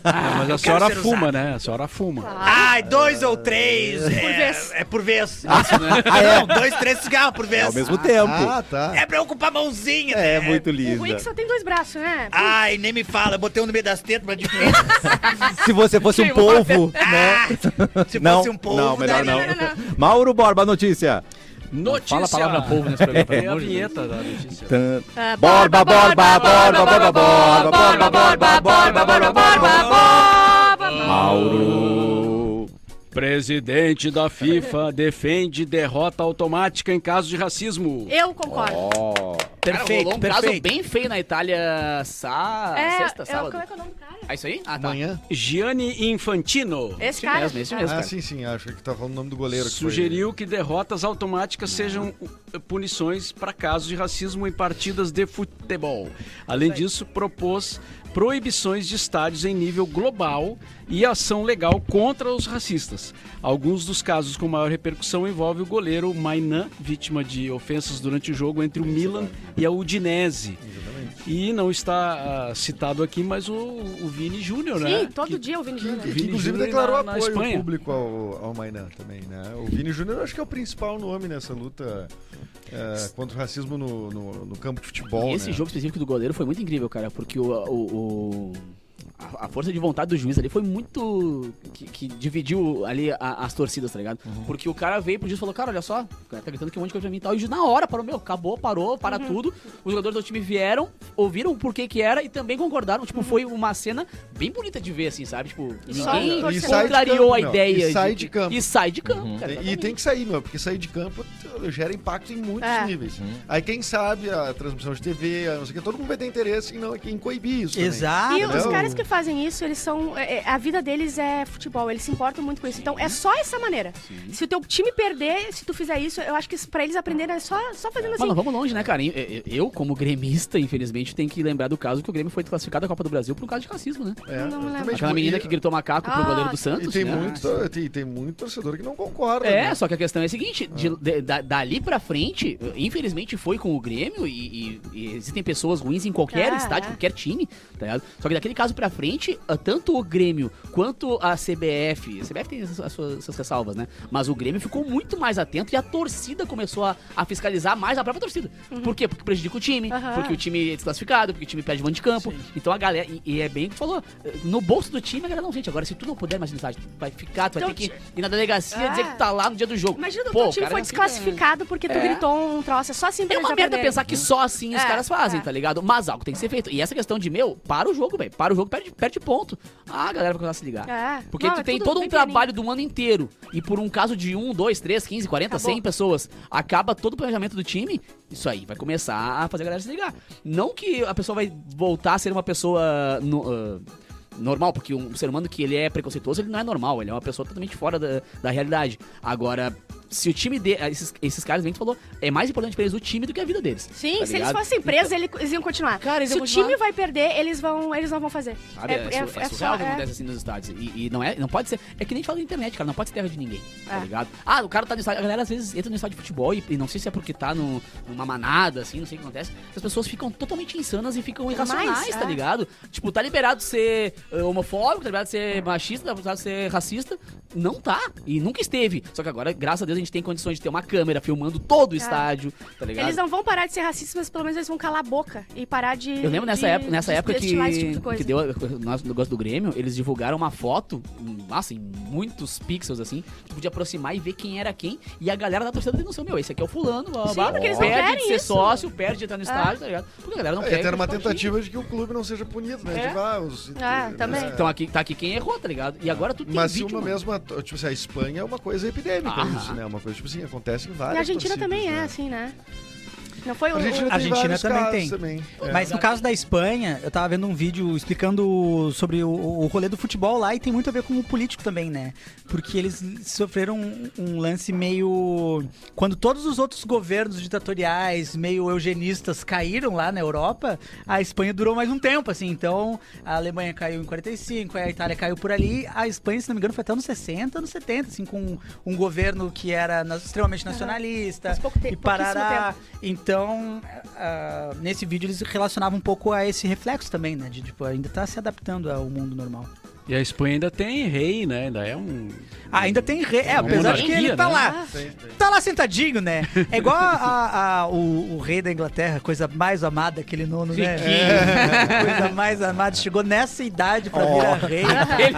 E: Ah, mas a
D: eu quero
E: senhora
D: ser
E: fuma,
D: usado. Tá.
E: né? A senhora fuma.
D: Ai, dois ou três. Por
B: vez.
D: É por vez.
A: Ah, é?
D: Não, dois, três cigarros por vez.
A: Ao mesmo tempo.
F: Ah, tá.
D: É pra eu ocupar a mãozinha.
A: é,
D: né?
A: muito
B: O ruim é
A: linda.
B: que só tem dois braços, né?
D: Ai, nem me fala, eu botei um no meio das tetas, mas difícil.
A: Se você fosse um polvo, né?
D: Se
A: não,
D: fosse um polvo,
A: não, melhor
D: daria.
A: não. Mauro Borba, notícia.
C: Fala
E: Notícia!
C: a palavra povo nesse programa, pelo
E: É a
C: amor de Deus.
E: vinheta da notícia.
A: Tan-
B: Ah,
A: Borba, borba, borba, borba, borba, borba, borba, borba, borba, borba, borba. Mauro.
E: Presidente da FIFA defende derrota automática em caso de racismo.
B: Eu concordo.
A: Ó.
C: cara, rolou
D: Perfeito,
C: um caso
D: perfeito.
C: bem feio na Itália sa...
B: é,
C: sexta,
B: eu-
C: sábado.
B: como é que é o nome do cara?
C: É isso aí? Ah, tá.
F: Amanhã.
E: Gianni Infantino
B: Esse
C: Isso
B: cara.
C: mesmo, isso mesmo.
F: Ah,
C: cara.
F: sim, sim, acho que tá falando o nome do goleiro. que foi-
E: sugeriu que derrotas automáticas sejam uh, punições para casos de racismo em partidas de futebol. Além disso, propôs proibições de estádios em nível global e ação legal contra os racistas. Alguns dos casos com maior repercussão envolvem o goleiro Mainan, vítima de ofensas durante o jogo entre o Milan e a Udinese. E não está ah, citado aqui, mas o, o Vini Júnior, né?
B: Sim, todo
E: Que-
B: dia o Vini
F: Que,
B: Júnior.
F: que,
E: Vini
F: inclusive
E: Júnior
F: declarou
E: na- na
F: apoio
E: Espanha.
F: público ao, ao Mainan também, né? O Vini Júnior eu acho que é o principal nome nessa luta eh, contra o racismo no, no- no campo de futebol.
C: E esse
F: né?
C: jogo específico do goleiro foi muito incrível, cara, porque o, o- o- a, a força de vontade do juiz ali foi muito. que, que dividiu ali a- as torcidas, tá ligado?
F: Uhum.
C: Porque o cara veio pro juiz e falou: Cara, olha só, o cara tá gritando que um monte de coisa pra mim e tal. E o juiz na hora parou, meu, acabou, parou, para
F: Uhum.
C: tudo. Os jogadores do time vieram, ouviram o porquê que era e também concordaram.
F: Uhum.
C: Tipo, foi uma cena bem bonita de ver, assim, sabe? Tipo,
B: só um
C: ninguém
B: torcedor. E sai de
C: contrariou
F: campo,
C: a
F: meu.
C: ideia.
F: E sai de campo.
C: E sai de campo, cara.
F: Uhum.
C: tá
F: E- E tem que sair, meu, porque sair de campo t- gera impacto em muitos
B: É.
F: níveis.
C: Uhum.
F: Aí quem sabe a transmissão de TV, a não sei o que, todo mundo vai ter interesse em, não, em coibir isso. também.
D: Exato.
C: Ah,
B: E os
F: Entendeu?
B: caras que fazem isso, eles são. é, é, A vida deles é futebol, eles se importam muito com isso. Então é só essa maneira. Se o teu time perder, se tu fizer isso, eu acho que isso, pra eles aprenderem é só, só fazendo assim.
C: Mano, vamos longe, né, cara? E- e- Eu, como gremista, infelizmente, tenho que lembrar do caso que o Grêmio foi classificado da Copa do Brasil por um caso de racismo, né?
F: É,
B: Não, não lembro.
F: exatamente.
C: Aquela
F: Tipo,
C: menina
F: e-
C: que gritou macaco pro
B: Ah,
C: goleiro do
F: E
C: Santos.
F: tem,
C: né?
F: muito, tem, tem muito torcedor que não concorda.
C: É,
F: né?
C: só que a questão é a seguinte: de- de- da- dali pra frente, infelizmente foi com o Grêmio e, e- e existem pessoas ruins em qualquer
B: Ah,
C: estádio,
B: é.
C: qualquer time, tá ligado? Só que daquele caso pra frente, ah, tanto o Grêmio quanto a CBF, a CBF tem as, as suas, suas ressalvas, né? Mas o Grêmio ficou muito mais atento e a torcida começou a, a fiscalizar mais a própria torcida. Por quê? Porque prejudica o time,
B: Uhum. Aham.
C: porque o time é desclassificado, porque o time perde mão de campo. Então a galera, e, e é bem o que tu falou, no bolso do time, a galera, não, gente, agora se tu não puder mais ir no estádio, tu vai ficar, tu vai
B: Então,
C: ter que ir na delegacia
B: É.
C: dizer que tu tá lá no dia do jogo.
B: Imagina o
C: Pô,
B: teu time
C: cara,
B: foi
C: não fica-
B: desclassificado porque tu
C: É.
B: gritou um troço. É só assim pra
C: É
B: eles
C: uma merda
B: aprenderem.
C: pensar que só assim os
B: É,
C: caras fazem,
B: é.
C: tá ligado? Mas algo tem que ser feito. E essa questão de, meu, para o jogo, velho. Para o jogo, perde, perde ponto. Ah, a galera vai começar a se ligar.
B: É.
C: Porque
B: Não,
C: tu
B: é
C: tem
B: tudo
C: todo um
B: bem
C: trabalho do ano inteiro. E por um caso de 1, 2, 3, 15, 40,
B: Acabou.
C: 100 pessoas, acaba todo o planejamento do time. Isso aí vai começar a fazer a galera se ligar. Não que a pessoa vai voltar a ser uma pessoa. no- ah, Normal, porque um ser humano que ele é preconceituoso, ele não é normal, ele é uma pessoa totalmente fora da, da realidade. Agora, se o time de. ah, Esses, esses caras bem que tu falou, é mais importante pra eles o time do que a vida deles.
B: Sim,
C: tá
B: se eles
C: ligado?
B: fossem presos, ele- eles iam continuar.
C: Cara, eles
B: se
C: iam
B: o
C: continuar.
B: time vai perder, eles, vão, eles não vão fazer.
C: Sabe? É, é, é surreal o que acontece assim nos estádios. E, e não, é, não pode ser. É que nem fala na internet, cara. Não pode ser terra de ninguém. Tá
B: É.
C: ligado? Ah, o cara tá no estádio. A galera às vezes entra no estádio de futebol e, e não sei se é porque tá no- numa manada, assim, não sei o que acontece. As pessoas ficam totalmente insanas e ficam irracionais, tá
B: é.
C: ligado? Tipo, tá liberado ser eh, homofóbico, tá liberado ser machista, tá liberado ser racista. Não tá. E nunca esteve. Só que agora, graças a Deus, a gente tem condições de ter uma câmera filmando todo o estádio, tá ligado?
B: Eles não vão parar de ser racistas, mas pelo menos eles vão calar a boca e parar de.
C: Eu lembro nessa
B: de-
C: época, nessa
B: de
C: época que,
B: destilar esse tipo de coisa.
C: que deu a- nós- no negócio do Grêmio, eles divulgaram uma foto, em- nossa, em muitos pixels assim, que podia aproximar e ver quem era quem, e a galera da torcida denunciou, meu, esse aqui é o fulano, blá, blá,
B: Sim,
C: blá,
B: porque eles não
C: perde de
B: querem
C: ser
B: isso. Ah.
C: sócio, perde de entrar no estádio, tá ligado? Porque a galera não
F: É,
C: quer.
F: até uma
C: ficar no
F: tentativa de que o clube não seja punido, né?
C: É.
F: Tipo, ah, os- né,
B: Ah, também.
C: time. Então aqui, tá aqui quem errou, tá ligado? E agora tudo tem
F: Mas se
C: vídeo,
F: uma
C: mano.
F: mesma. Tipo assim, a Espanha é uma coisa epidêmica,
C: Aham.
F: isso, né? Uma coisa, tipo assim, acontece em
B: Ah. E
F: várias.
B: a Argentina
F: torcidas,
B: também é
F: né?
B: assim, né? Não foi um
F: A
B: o.
F: Argentina,
B: o-
F: tem
D: Argentina
F: vários
D: também
F: casos
D: tem.
F: também. É.
D: Mas no caso da Espanha, eu tava vendo um vídeo explicando sobre o, o rolê do futebol lá e tem muito a ver com o político também, né? Porque eles sofreram um, um lance meio. Quando todos os outros governos ditatoriais, meio eugenistas, caíram lá na Europa, a Espanha durou mais um tempo, assim. Então a Alemanha caiu em 45, a Itália caiu por ali. A Espanha, se não me engano, foi até nos 60, anos 70, assim, com um governo que era na- extremamente nacionalista.
B: Mas um pouco te-
D: e parará.
B: pouquíssimo
D: Então, ah, nesse vídeo eles relacionavam um pouco a esse reflexo também, né? De, tipo, ainda tá se adaptando ao mundo normal.
E: E a Espanha ainda tem rei, né? Ainda é um.
D: Ah, ainda tem rei. É, apesar de que
E: monarquia,
D: ele tá
E: né?
D: lá. Tá lá sentadinho, né? É igual a- a- a- o, o rei da Inglaterra, coisa mais amada, aquele nono, né? É, coisa mais amada. Chegou nessa idade pra virar rei.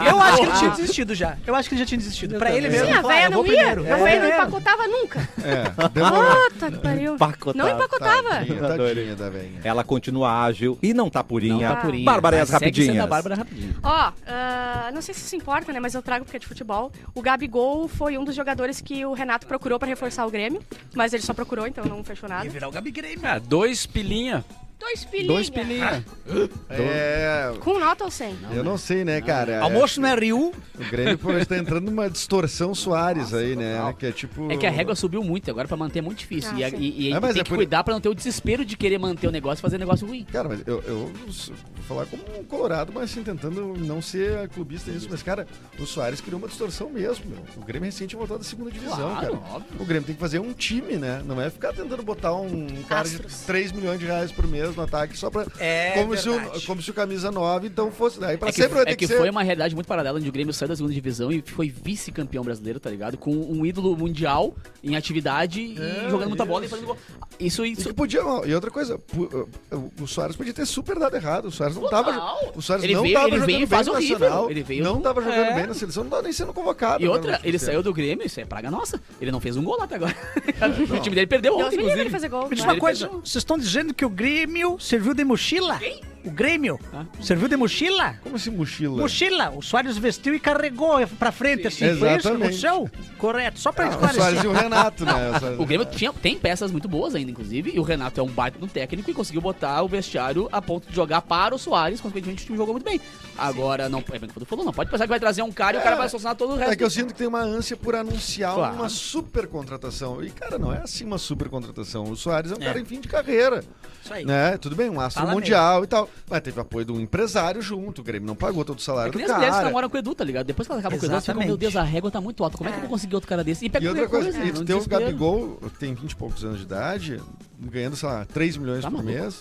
D: Eu acho que ele tinha desistido já. Eu acho que ele já tinha desistido. Pra ele é mesmo.
B: Sim, a
D: falar,
B: véia
D: eu vou
B: não ia.
D: primeiro.
B: A
D: Eu vou
B: véia não
D: primeiro.
B: empacotava nunca.
F: É, demorou.
B: Puta que pariu. Não empacotava.
F: Tadinha, tadinha da velhinha.
A: Ela continua ágil e não tá purinha.
C: Não
B: tá
C: purinha.
A: Bárbara e as
C: Mas segue sendo a
A: rapidinhas.
C: Bárbara rapidinho.
B: Ó, ah, não sei se isso importa, né? Mas eu trago porque é de futebol. O Gabigol foi um dos jogadores que o Renato procurou pra reforçar o Grêmio, mas ele só procurou, então não fechou nada.
D: Ia virar o Gabi Grêmio.
E: Ah, dois pilinha.
B: Dois pilinhas.
E: Dois pilinha.
C: Ah,
F: É,
B: Com nota ou sem?
F: eu não sei, né, cara? É,
D: Almoço não é Rio.
F: O Grêmio pô, tá entrando numa distorção Soares aí, né? Que é tipo.
C: É que a régua subiu muito, agora pra manter é muito difícil.
B: Ah,
C: e a,
B: sim.
C: e- e
F: É,
C: a gente
F: mas
C: tem
F: é
C: que
F: por-
C: cuidar pra não ter o desespero de querer manter o negócio e fazer negócio ruim.
F: Cara, mas eu, eu vou falar como um colorado, mas assim, tentando não ser clubista nisso. Mas, cara, o Soares criou uma distorção mesmo, meu. O Grêmio recente voltou da segunda divisão,
C: Claro,
F: cara.
C: óbvio.
F: O Grêmio tem que fazer um time, né? Não é ficar tentando botar um cara
B: Astros.
F: de 3 milhões de reais por mês no ataque só pra.
D: É
F: como, se o,
D: verdade.
F: como se o camisa 9 então fosse. Daí pra
C: É que,
F: sempre vai ter
C: é
F: que,
C: que
F: ser.
C: foi uma realidade muito paralela onde o Grêmio saiu da segunda divisão e foi vice-campeão brasileiro, tá ligado? Com um ídolo mundial em atividade
F: É,
C: e jogando muita bola e fazendo gol. Isso,
F: E
C: isso.
F: que podia, ó, e outra coisa, pu- ó, o Soares podia ter super dado errado. O Soares não
C: Total.
F: tava. O Soares
C: Ele
F: não
C: veio-
F: tava
C: ele
F: jogando
C: veio e
F: bem
C: faz
F: no
C: horrível.
F: Nacional,
C: Ele veio-
F: Não tava jogando
C: É.
F: bem na seleção, não tava nem sendo convocado.
C: E
F: né,
C: outra,
F: no
C: ele
F: time.
C: saiu do Grêmio, isso é praga nossa. Ele não fez um gol lá até agora. o time dele perdeu
B: Deus
C: ontem,
B: me livre de
C: inclusive.
B: fazer gol.
D: Me diz
B: vai.
D: uma coisa, vocês estão dizendo que o Grêmio serviu de mochila? O Grêmio
C: Ah.
D: serviu de mochila?
F: Como assim, mochila?
D: Mochila, o Soares vestiu e carregou pra frente, assim. Foi isso que
F: Exatamente.
D: aconteceu? Correto, só pra
F: Ah, o
D: esclarecer.
F: Soares e o Renato, né? O Soares-
C: O Grêmio tinha, tem peças muito boas ainda, inclusive, e o Renato é um baita no técnico e conseguiu botar o vestiário a ponto de jogar para o Soares, consequentemente o time jogou muito bem. Agora, não, é bem o que tu falou, não pode pensar que vai trazer um cara e o cara vai solucionar todo o resto.
F: É que eu sinto que tem uma ânsia por anunciar
C: Claro.
F: uma super contratação. E, cara, não é assim uma super contratação. O Soares é um cara em fim de carreira.
D: Isso
C: É.
D: aí.
F: Né? Tudo bem, um astro
D: Fala
F: mundial e tal. Mas teve apoio de um empresário junto. O Grêmio não pagou todo o
C: É
F: salário
C: que
F: do
C: nem as mulheres que
F: cara.
C: namoram com o Edu, tá ligado? Depois que elas acabam com o Edu, elas ficam,
D: Exatamente.
C: meu Deus, a régua tá muito alta. Como é que eu vou conseguir outro cara desse? E pega
F: E outra
C: qualquer
F: coisa,
C: né?
F: e tu
C: No
F: tem o
C: desespero.
F: Gabigol, tem 20 e poucos anos de idade, ganhando, sei lá, 3 milhões
C: Tá
F: por
C: maluco.
F: mês.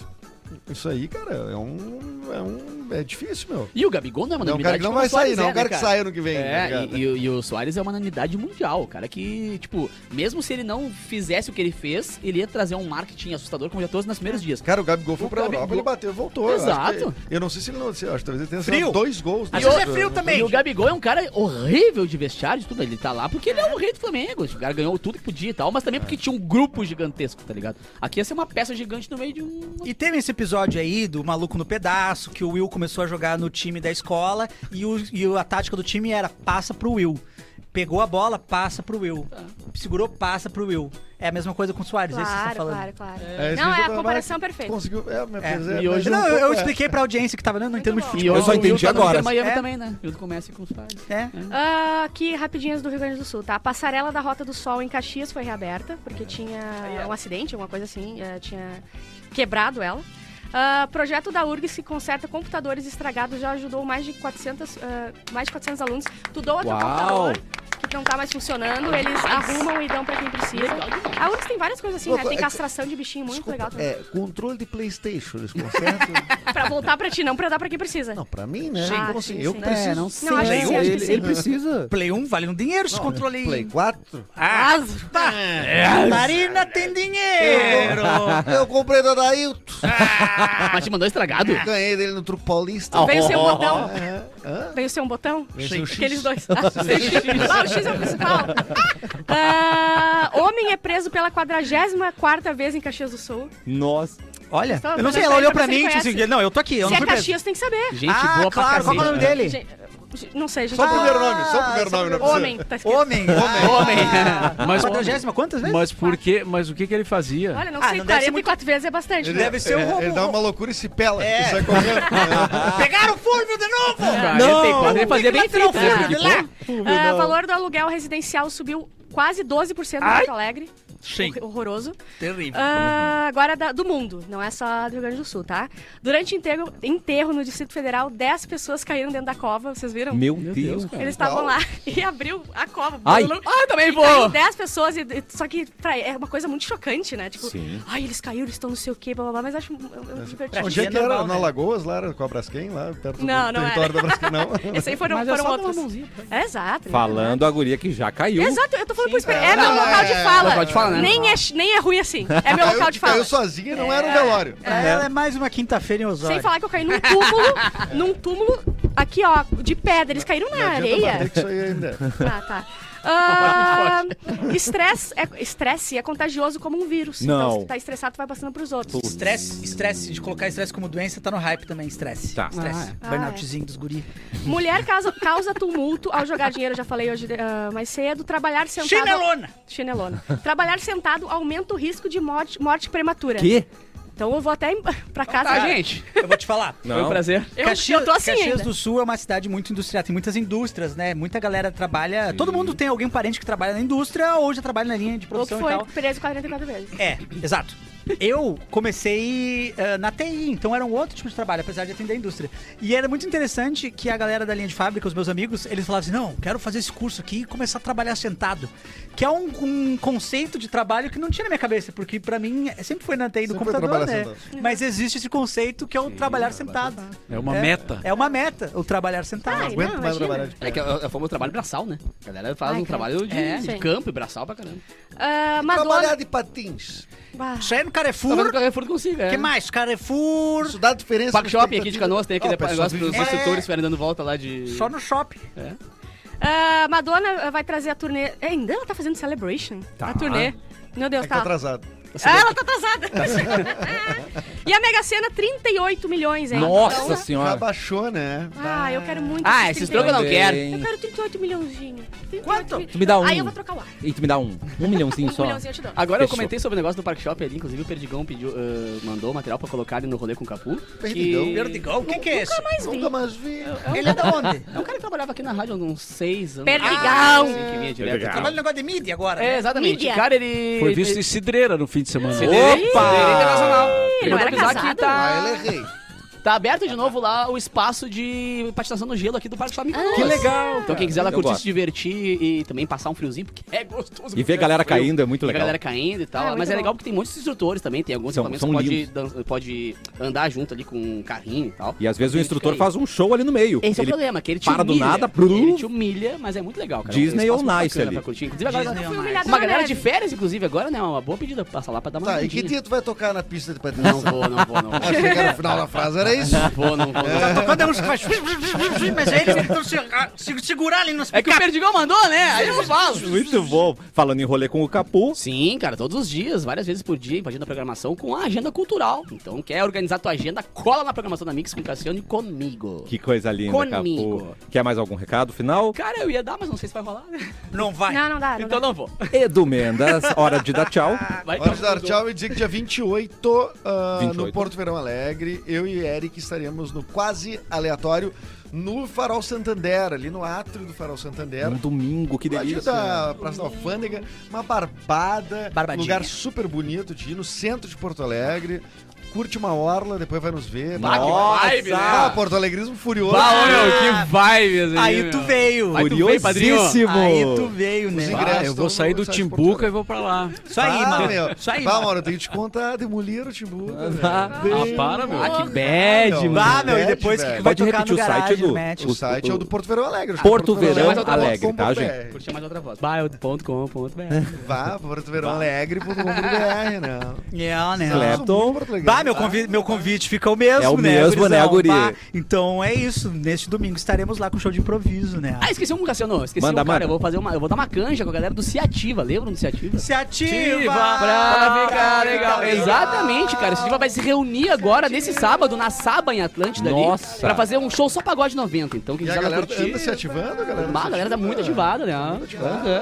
F: Isso aí, cara, é um. É, um, é difícil, meu.
C: E o Gabigol não é uma
F: Não é um
C: unanimidade.
F: cara que não
C: como
F: vai
C: o Suárez
F: sair, não é
C: né,
F: um cara que
C: cara?
F: sai ano que vem. né,
C: É,
F: cara?
C: e, e- e o Soares é uma unanimidade mundial, cara, que, tipo, mesmo se ele não fizesse o que ele fez, ele ia trazer um marketing assustador, como já trouxe nos primeiros dias.
F: Cara, o Gabigol foi
C: O
F: pra
C: Gabigol-
F: Europa, ele bateu e voltou. Eu acho
C: Exato.
F: que- eu não sei se ele não. Se, eu acho que talvez ele tenha
D: Frio.
F: sido dois gols.
D: Às
F: né?
D: vezes é frio também.
C: E o Gabigol é um cara horrível de vestiário, de tudo. Ele tá lá porque ele é o rei do Flamengo. O cara ganhou tudo que podia e tal, mas também porque tinha um grupo gigantesco, tá ligado? Aqui ia ser uma peça gigante no meio de um.
D: E teve esse episódio aí do Maluco no Pedaço, que o Will começou a jogar no time da escola e, o- e a tática do time era passa pro Will. Pegou a bola, passa pro Will. Segurou, passa pro Will. É a mesma coisa com o Soares, é isso que você tá
B: Claro,
D: falando.
B: claro, claro.
F: É, isso
B: não,
F: que
B: é
F: eu
B: a
F: tô-
B: comparação
F: mas
B: perfeita.
F: Conseguiu. É, mas
D: É.
F: mas é-
C: E
F: mas
C: hoje
F: é um
D: Não, eu, eu
F: pouco- é.
D: expliquei pra audiência que tava vendo, não entendo muito de
B: bom.
C: E
D: futebol.
A: Eu só
C: o-
A: entendi
C: e o Tottenham
A: agora.
C: Miami
D: É.
C: também, né? Eu começo com os pais.
D: É.
B: Ah, aqui, rapidinhas do Rio Grande do Sul, tá? A passarela da Rota do Sol em Caxias foi reaberta, porque tinha um acidente, alguma coisa assim, eh, tinha quebrado ela. Ah, projeto da URGS que conserta computadores estragados já ajudou mais de 400, ah, mais de 400 alunos. Tu doa teu
A: Uau!
B: computador que não tá mais funcionando, eles arrumam e dão pra quem precisa. A URGS tem várias coisas assim, né? Tem castração de bichinho muito legal também.
F: É, controle de Playstation, eles consertam.
B: Pra voltar pra ti, não pra dar pra quem precisa.
F: não, pra mim, né?
B: Sim,
F: Então,
B: sim,
F: assim, eu
B: sim.
F: preciso.
C: não
B: sei. acho que sim, acho que sim.
G: precisa.
D: Play 1 vale um dinheiro esse controle aí.
F: Play 4?
D: Ah, É. pá. Marina tem dinheiro!
F: Eu comprei da Dailton.
C: Ah, Mas te mandou estragado?
F: Ganhei dele no Truco Paulista.
B: Veio ser um botão.
F: É, hã?
B: Veio ser um botão?
F: Veio ser o X.
B: Aqueles dois. Ah, Ah, o X é o principal. Ah, homem é preso pela 44 vez em Caxias do Sul.
A: Nossa.
D: Olha,
B: Então,
D: eu não sei,
B: mas
D: ela
B: aí
D: olhou
B: pra
D: pra
B: você
D: mim e disse
B: conhece.
D: assim, não, eu tô aqui, eu
B: Se
D: não
B: é
D: fui preso.
B: Caxias, tem que saber.
C: Gente
D: ah,
C: boa
D: claro,
C: pra
D: qual que é o nome
C: cacete.
D: dele?
B: Gente, gente, Não sei, gente.
F: Só o
B: Ah,
F: primeiro nome, só o primeiro nome. não é precisa.
B: Homem, tá escrito.
D: Homem.
C: Homem.
E: Mas-
D: Ah. Mas quadragésima, quantas vezes?
E: Mas por que? Mas o que, que ele fazia?
B: Olha, não
D: Ah,
B: sei,
D: não deve ser
B: 44
D: muito-
B: vezes é bastante.
F: Ele,
B: né?
D: Deve ser o
F: é,
D: robô.
F: Ele dá uma loucura e se pela.
D: É.
F: E sai correndo.
D: Pegaram o Fulvio de novo! é
C: Cara,
A: Não!
C: ele tem quadro, ele fazia bem
D: Lateral
C: triplo, né?
D: Fulvio de lá.
B: Ah, valor do aluguel residencial subiu quase 12% em Porto Alegre.
D: Sim.
B: hor- horroroso.
D: Terrível.
B: Ah, agora da- do mundo, não é só do Rio Grande do Sul, tá? Durante o enterro, enterro no Distrito Federal, 10 pessoas caíram dentro da cova, vocês viram?
A: Meu
C: Meu
A: Deus.
C: Deus, cara.
B: Eles estavam lá e abriu a cova.
A: Ai.
C: Ah,
D: Tá
C: também vou!
B: Caiu 10 pessoas, e, e- só que pra- é uma coisa muito chocante, né? Tipo,
A: Sim.
B: ai, eles caíram, eles estão não sei o quê, blá blá blá, mas acho é um divertido.
F: Onde é que
D: normal,
F: era?
D: né?
F: Na Lagoas, lá era com a Braskem, lá perto
B: Não,
F: do
B: não
F: território da Braskem, não.
B: Esse aí foram,
C: Mas é
B: foram
C: só dar uma
B: outros.
C: mãozinha pra
B: É, exato.
A: Falando a guria que já caiu.
B: Exato, eu tô falando pro espelho. É meu
F: Ah,
B: local de
F: é,
B: fala.
C: local de fala, né?
B: nem, é, nem é ruim assim. É meu
F: Caiu-
B: local de fala.
F: Caiu sozinha, não era um velório.
D: Ela é mais uma quinta-feira em Osório.
B: Sem falar que eu caí num túmulo, num túmulo aqui, ó, de pedra. Eles caíram na
F: Não adianta
B: areia.
F: bater com isso aí ainda.
B: Ah, tá. Ah, Estresse é, estresse é contagioso como um vírus.
A: Não.
B: Então, se tu tá estressado, tu vai passando pros outros.
D: Estresse, estresse, de colocar estresse como doença, tá no hype também, estresse.
A: Tá.
D: Estresse.
B: Ah, é.
D: Burnoutzinho dos guri.
B: Mulher causa, causa tumulto ao jogar dinheiro, já falei hoje ah, mais cedo. Trabalhar sentado.
D: Chinelona!
B: Chinelona. Trabalhar sentado aumenta o risco de morte, morte prematura.
A: Quê?
B: Então eu vou até em- pra casa.
C: Tá, gente.
D: Eu vou te falar.
C: Foi um
A: Não.
C: prazer.
B: Eu, eu tô assim
D: Caxias
B: ainda.
D: do Sul é uma cidade muito industrial, tem muitas indústrias, né? Muita galera trabalha. Todo mundo tem alguém um parente que trabalha na indústria ou já trabalha na linha
B: Ou que
D: de produção e
B: foi
D: tal.
B: preso 44 vezes.
D: É, exato. Eu comecei ah, na TI, então era um outro tipo de trabalho, apesar de atender a indústria. E era muito interessante que a galera da linha de fábrica, os meus amigos, eles falavam assim: não, quero fazer esse curso aqui e começar a trabalhar sentado. Que é um, um conceito de trabalho que não tinha na minha cabeça, porque pra mim é- sempre foi na TI do
F: Sempre foi
D: computador, né?
F: trabalhar sentado.
D: Mas existe esse conceito que é o trabalhar sentado.
E: É uma meta.
D: É uma meta, o trabalhar sentado.
B: Ai,
F: Aguento
B: não,
F: mais
B: imagina.
F: trabalhar de pé.
C: É que é é o famoso trabalho braçal, né? A galera faz
B: Ai,
C: um
B: cara.
C: trabalho de,
B: É.
C: de
B: Sim.
C: campo e braçal pra caramba.
B: Ah,
F: Trabalhar
B: Madonna.
F: de patins.
B: Bah.
D: Isso aí é no
C: Talvez
D: Carrefour.
C: o Carrefour consiga,
D: O que
C: é.
D: mais? Carrefour.
F: Isso dá diferença.
C: Park
F: na
C: Shopping aqui de
F: expectativa.
C: Canoas tem aquele
F: Ó, pessoal,
C: negócio
F: vive-
C: pros instrutores ficarem dando volta lá de...
D: é. Só no shopping.
B: Ah, Madonna vai trazer a turnê. É, Ainda ela tá fazendo Celebration? A turnê. Meu
F: É
B: Deus,
F: que tá
B: tá.
F: atrasado.
B: Ah, ela tá atrasada. e a Mega Sena, 38 milhões, hein?
A: Nossa
B: Então-
C: é?
F: Já
A: senhora.
F: baixou, né?
B: Ah, eu quero muito
C: Ah, esse estrogo eu não
B: 38.
C: quero.
B: Eu quero 38 milhãozinho. 38
D: Quanto?
B: mil-
A: Tu me dá um.
B: Aí eu vou trocar o ar.
A: E tu me dá um. Um milhãozinho
B: Um
A: só.
B: milhãozinho eu te dou.
C: Agora eu
A: Fechou.
C: comentei sobre o negócio do Park Shopping ali, inclusive o Perdigão pediu, ah, mandou material pra colocar ali no rolê com o Capu.
F: Perdigão?
C: que-
D: Perdigão? O que, que é isso?
B: Mas vi.
F: Nunca mais vi.
D: Ele é da onde?
C: É um cara que trabalhava aqui na rádio há uns seis anos.
B: Perdigão!
C: Assim, que vinha direto.
A: Perdigão.
D: Trabalha no negócio de mídia agora.
C: É,
D: né?
C: exatamente.
B: Mídia.
C: O cara, ele...
E: Foi visto
C: ele-
E: em Cidreira no fim de semana.
A: Opa!
B: Ih, não era
C: que
B: casado?
C: tá,
F: Ah, ele errei.
C: tá aberto de novo lá o espaço de patinação no gelo aqui do Parque
B: Ah.
C: Flamengo.
A: Que legal.
C: Então quem quiser lá
A: Eu
C: curtir,
A: gosto.
C: se divertir e também passar um friozinho, porque é gostoso.
A: E ver a galera caindo é muito
C: Tem a
A: legal.
C: galera caindo e
B: Ah,
C: tal.
B: muito
C: mas é
B: bom.
C: legal porque tem muitos instrutores também. Tem alguns
A: São-
C: equipamentos
A: são
C: que pode,
A: lindos.
C: dan- pode andar junto ali com um carrinho e tal.
A: E às vezes o
C: Gente,
A: instrutor
C: fica aí.
A: faz um show ali no meio.
C: Esse é
A: Ele-
C: o problema, que ele te
A: para do
C: humilha.
A: nada, brum.
C: Ele te humilha, mas é muito legal, cara.
A: Disney
C: É um espaço
A: on
C: muito
A: Ice
C: bacana
A: ali.
C: Pra curtir. Inclusive, agora
D: Disney on
B: humilhada
C: uma
B: na
C: galera
B: neve.
C: de férias, inclusive, agora, né? É uma boa pedida passar lá pra dar uma
F: Tá, e que
C: andadinha.
F: dia tu vai tocar na pista de patins? Ah,
C: Não vou, não vou, não vou.
F: Achei que era o final da frase, era isso?
C: Não vou, não vou. não vou.
D: Tá tocando a música que faz. Mas é aí eles tentam se, ah, se segurar ali nos
C: É que o Perdigão mandou, né? Aí eu não falo.
A: Muito bom. Falando em rolê com o Capu,
C: Sim, cara, todos os dias, várias vezes por dia, invadindo a programação com a agenda cultural. Então, quer organizar tua agenda, cola na programação da Mix com o Cassiano e comigo.
A: que coisa linda,
C: Comigo.
A: Capu. Quer mais algum recado final?
C: Cara, eu ia dar, mas não sei se vai rolar. né?
D: Não vai.
B: Não, não dá. Não
C: Então
B: dá.
C: não vou.
A: Edu Mendas, hora de dar tchau.
C: Vai
F: Vamos
C: tomar
F: dar
C: no cu.
F: tchau e dizer que dia 28, ah,
A: 28.
F: no Porto Verão Alegre, eu e Eric estaremos no quase aleatório no Farol Santander, ali no átrio do Farol Santander.
A: Um domingo, que
F: Ladinho
A: delícia.
F: da Praça da Alfândega, uma barbada, um
D: Barbadinha.
F: lugar super bonito de ir no centro de Porto Alegre. Curte uma orla, depois vai nos ver.
C: Bah, que
A: Nossa!
C: vibe, né?
F: Ah, Porto Alegrismo furioso.
C: Bah, ô, meu, que vibe, assim,
D: Aí
E: né,
C: meu.
D: tu veio.
C: Ah, Aí tu veio, padrinho.
D: Aí tu veio, né?
F: Os
E: Ah,
F: ingressos
E: eu
F: estão
E: vou sair
F: no
E: do
F: site de
E: Timbuca
F: Porto
E: e vou pra lá.
D: Isso aí,
F: ah,
D: mano.
F: meu.
D: Isso aí,
F: Bah,
D: mano.
F: mano, eu tenho que te contar, demoliram o Timbuca. velho.
A: Ah,
E: Ah, para, meu.
C: Ah, que bad, mano.
D: Bah, meu, e
F: Bad,
D: depois que vai
F: velho.
A: Pode
D: tocar
A: repetir
D: no
A: o site,
D: garagem,
A: Edu?
D: match.
F: O site é o do Porto Verão Alegre. acho que é
A: Porto Verão
F: portoverãoalegre.com.br.
A: Alegre, tá, gente?
C: Curtia mais outra voz. Baio.com.br.
F: Vá, Porto Verão Alegre.com.br, né?
D: Yeah, né?
A: Claro. Clapton.
D: Bah, meu convite, meu convite fica o mesmo,
A: É o
D: né?
A: mesmo,
D: gurizão?
A: né, guri?
D: Bah, Então é isso. Neste domingo estaremos lá com show de improviso, né?
C: Ah, esqueci um, Cassiano. Esqueci
A: Manda,
C: um, cara.
A: manda.
C: Eu vou, fazer uma, eu vou dar uma canja com a galera do Ciativa. Lembram do Ciativa?
D: Se ativa!
E: Ativa
C: Pra ficar legal.
D: Exato.
C: Exatamente, cara. O Ciativa vai se reunir agora, nesse sábado, na Saba, em Atlântida
A: Nossa.
C: ali, pra fazer um show só pagode 90. Então, quem
F: E a
C: quiser lá
F: galera
C: curtir...
F: anda se ativando, a galera.
C: Bah, a
F: se
C: galera tá
F: ativa.
C: muito ativada, né? Aham.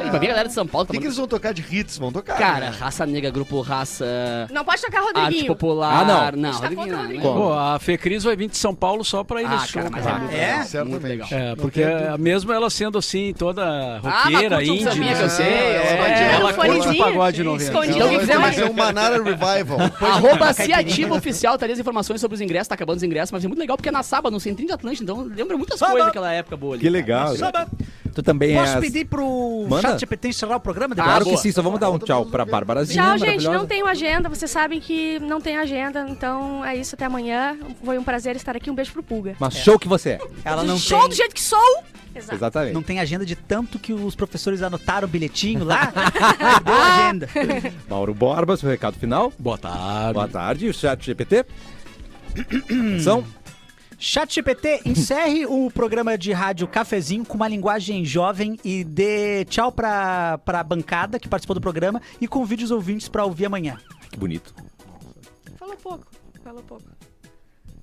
C: E vai vir a galera de São Paulo
F: O que, que
C: também.
F: eles vão tocar de hits? Vão tocar.
C: Cara,
F: né?
C: Raça Negra, Grupo Raça,
B: Não pode tocar
C: Arte
B: Rodriguinho.
C: Popular.
A: Ah, não.
C: Não,
B: Está
C: Rodrigo,
B: contra o
C: não,
B: Rodrigo.
C: né?
A: Como?
E: Pô, a Fecris vai vir de São Paulo só pra ir no
C: Ah,
E: show.
C: cara, mas é
F: né?
E: cara.
C: muito
D: É?
C: legal. Muito
F: Certamente.
C: legal.
E: É, porque é, mesmo ela sendo assim, toda
C: mas
E: roqueira,
C: curte um
E: índia, né?
C: sambinha que eu sei, é.
E: ela
B: Um
E: curte o
B: fonezinho,
E: pagode
B: sim,
E: não vem.
B: escondido.
C: Então,
F: Então,
C: quem
F: vai
C: quiser mais-
F: fazer um Manara Revival.
C: Arroba se ativa oficial, tá ali as informações sobre os ingressos, tá acabando os ingressos, mas é muito legal porque é na Saba, no centrinho de Atlântico, então lembra muitas
D: Saba.
C: coisas daquela época boa ali.
A: Que legal. Tu também
D: Posso
A: Ah, é.
D: pedir pro
A: Manda.
D: chat GPT encerrar o programa?
A: Claro
D: depois?
A: que sim, só vamos dar um tchau pra Bárbarazinha.
B: Tchau, gente.
A: maravilhosa.
B: Não tenho agenda. Vocês sabem que não tem agenda. Então é isso. Até amanhã. Foi um prazer estar aqui. Um beijo pro Pulga.
A: Mas show que você é.
D: Ela não
B: Show
D: tem,
B: do jeito que sou. Exato.
A: Exatamente.
D: não tem agenda de tanto que os professores anotaram o bilhetinho lá. Perdeu a agenda.
A: Mauro Borba, seu recado final.
E: Boa tarde.
A: Boa tarde, o chat GPT. São
D: Chat GPT, encerre o programa de rádio Cafezinho com uma linguagem jovem e dê tchau pra, pra bancada que participou do programa e convide os ouvintes pra ouvir amanhã.
A: que bonito.
B: Falou pouco. Falou pouco.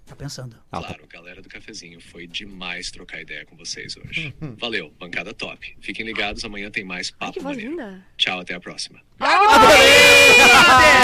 D: Tá pensando.
H: Claro, galera do cafezinho, foi demais trocar ideia com vocês hoje. Valeu, bancada top. Fiquem ligados, amanhã tem mais
B: Ai, que
H: papo
B: voz
H: maneiro.
B: linda.
H: Tchau, até a próxima.
B: Adorei!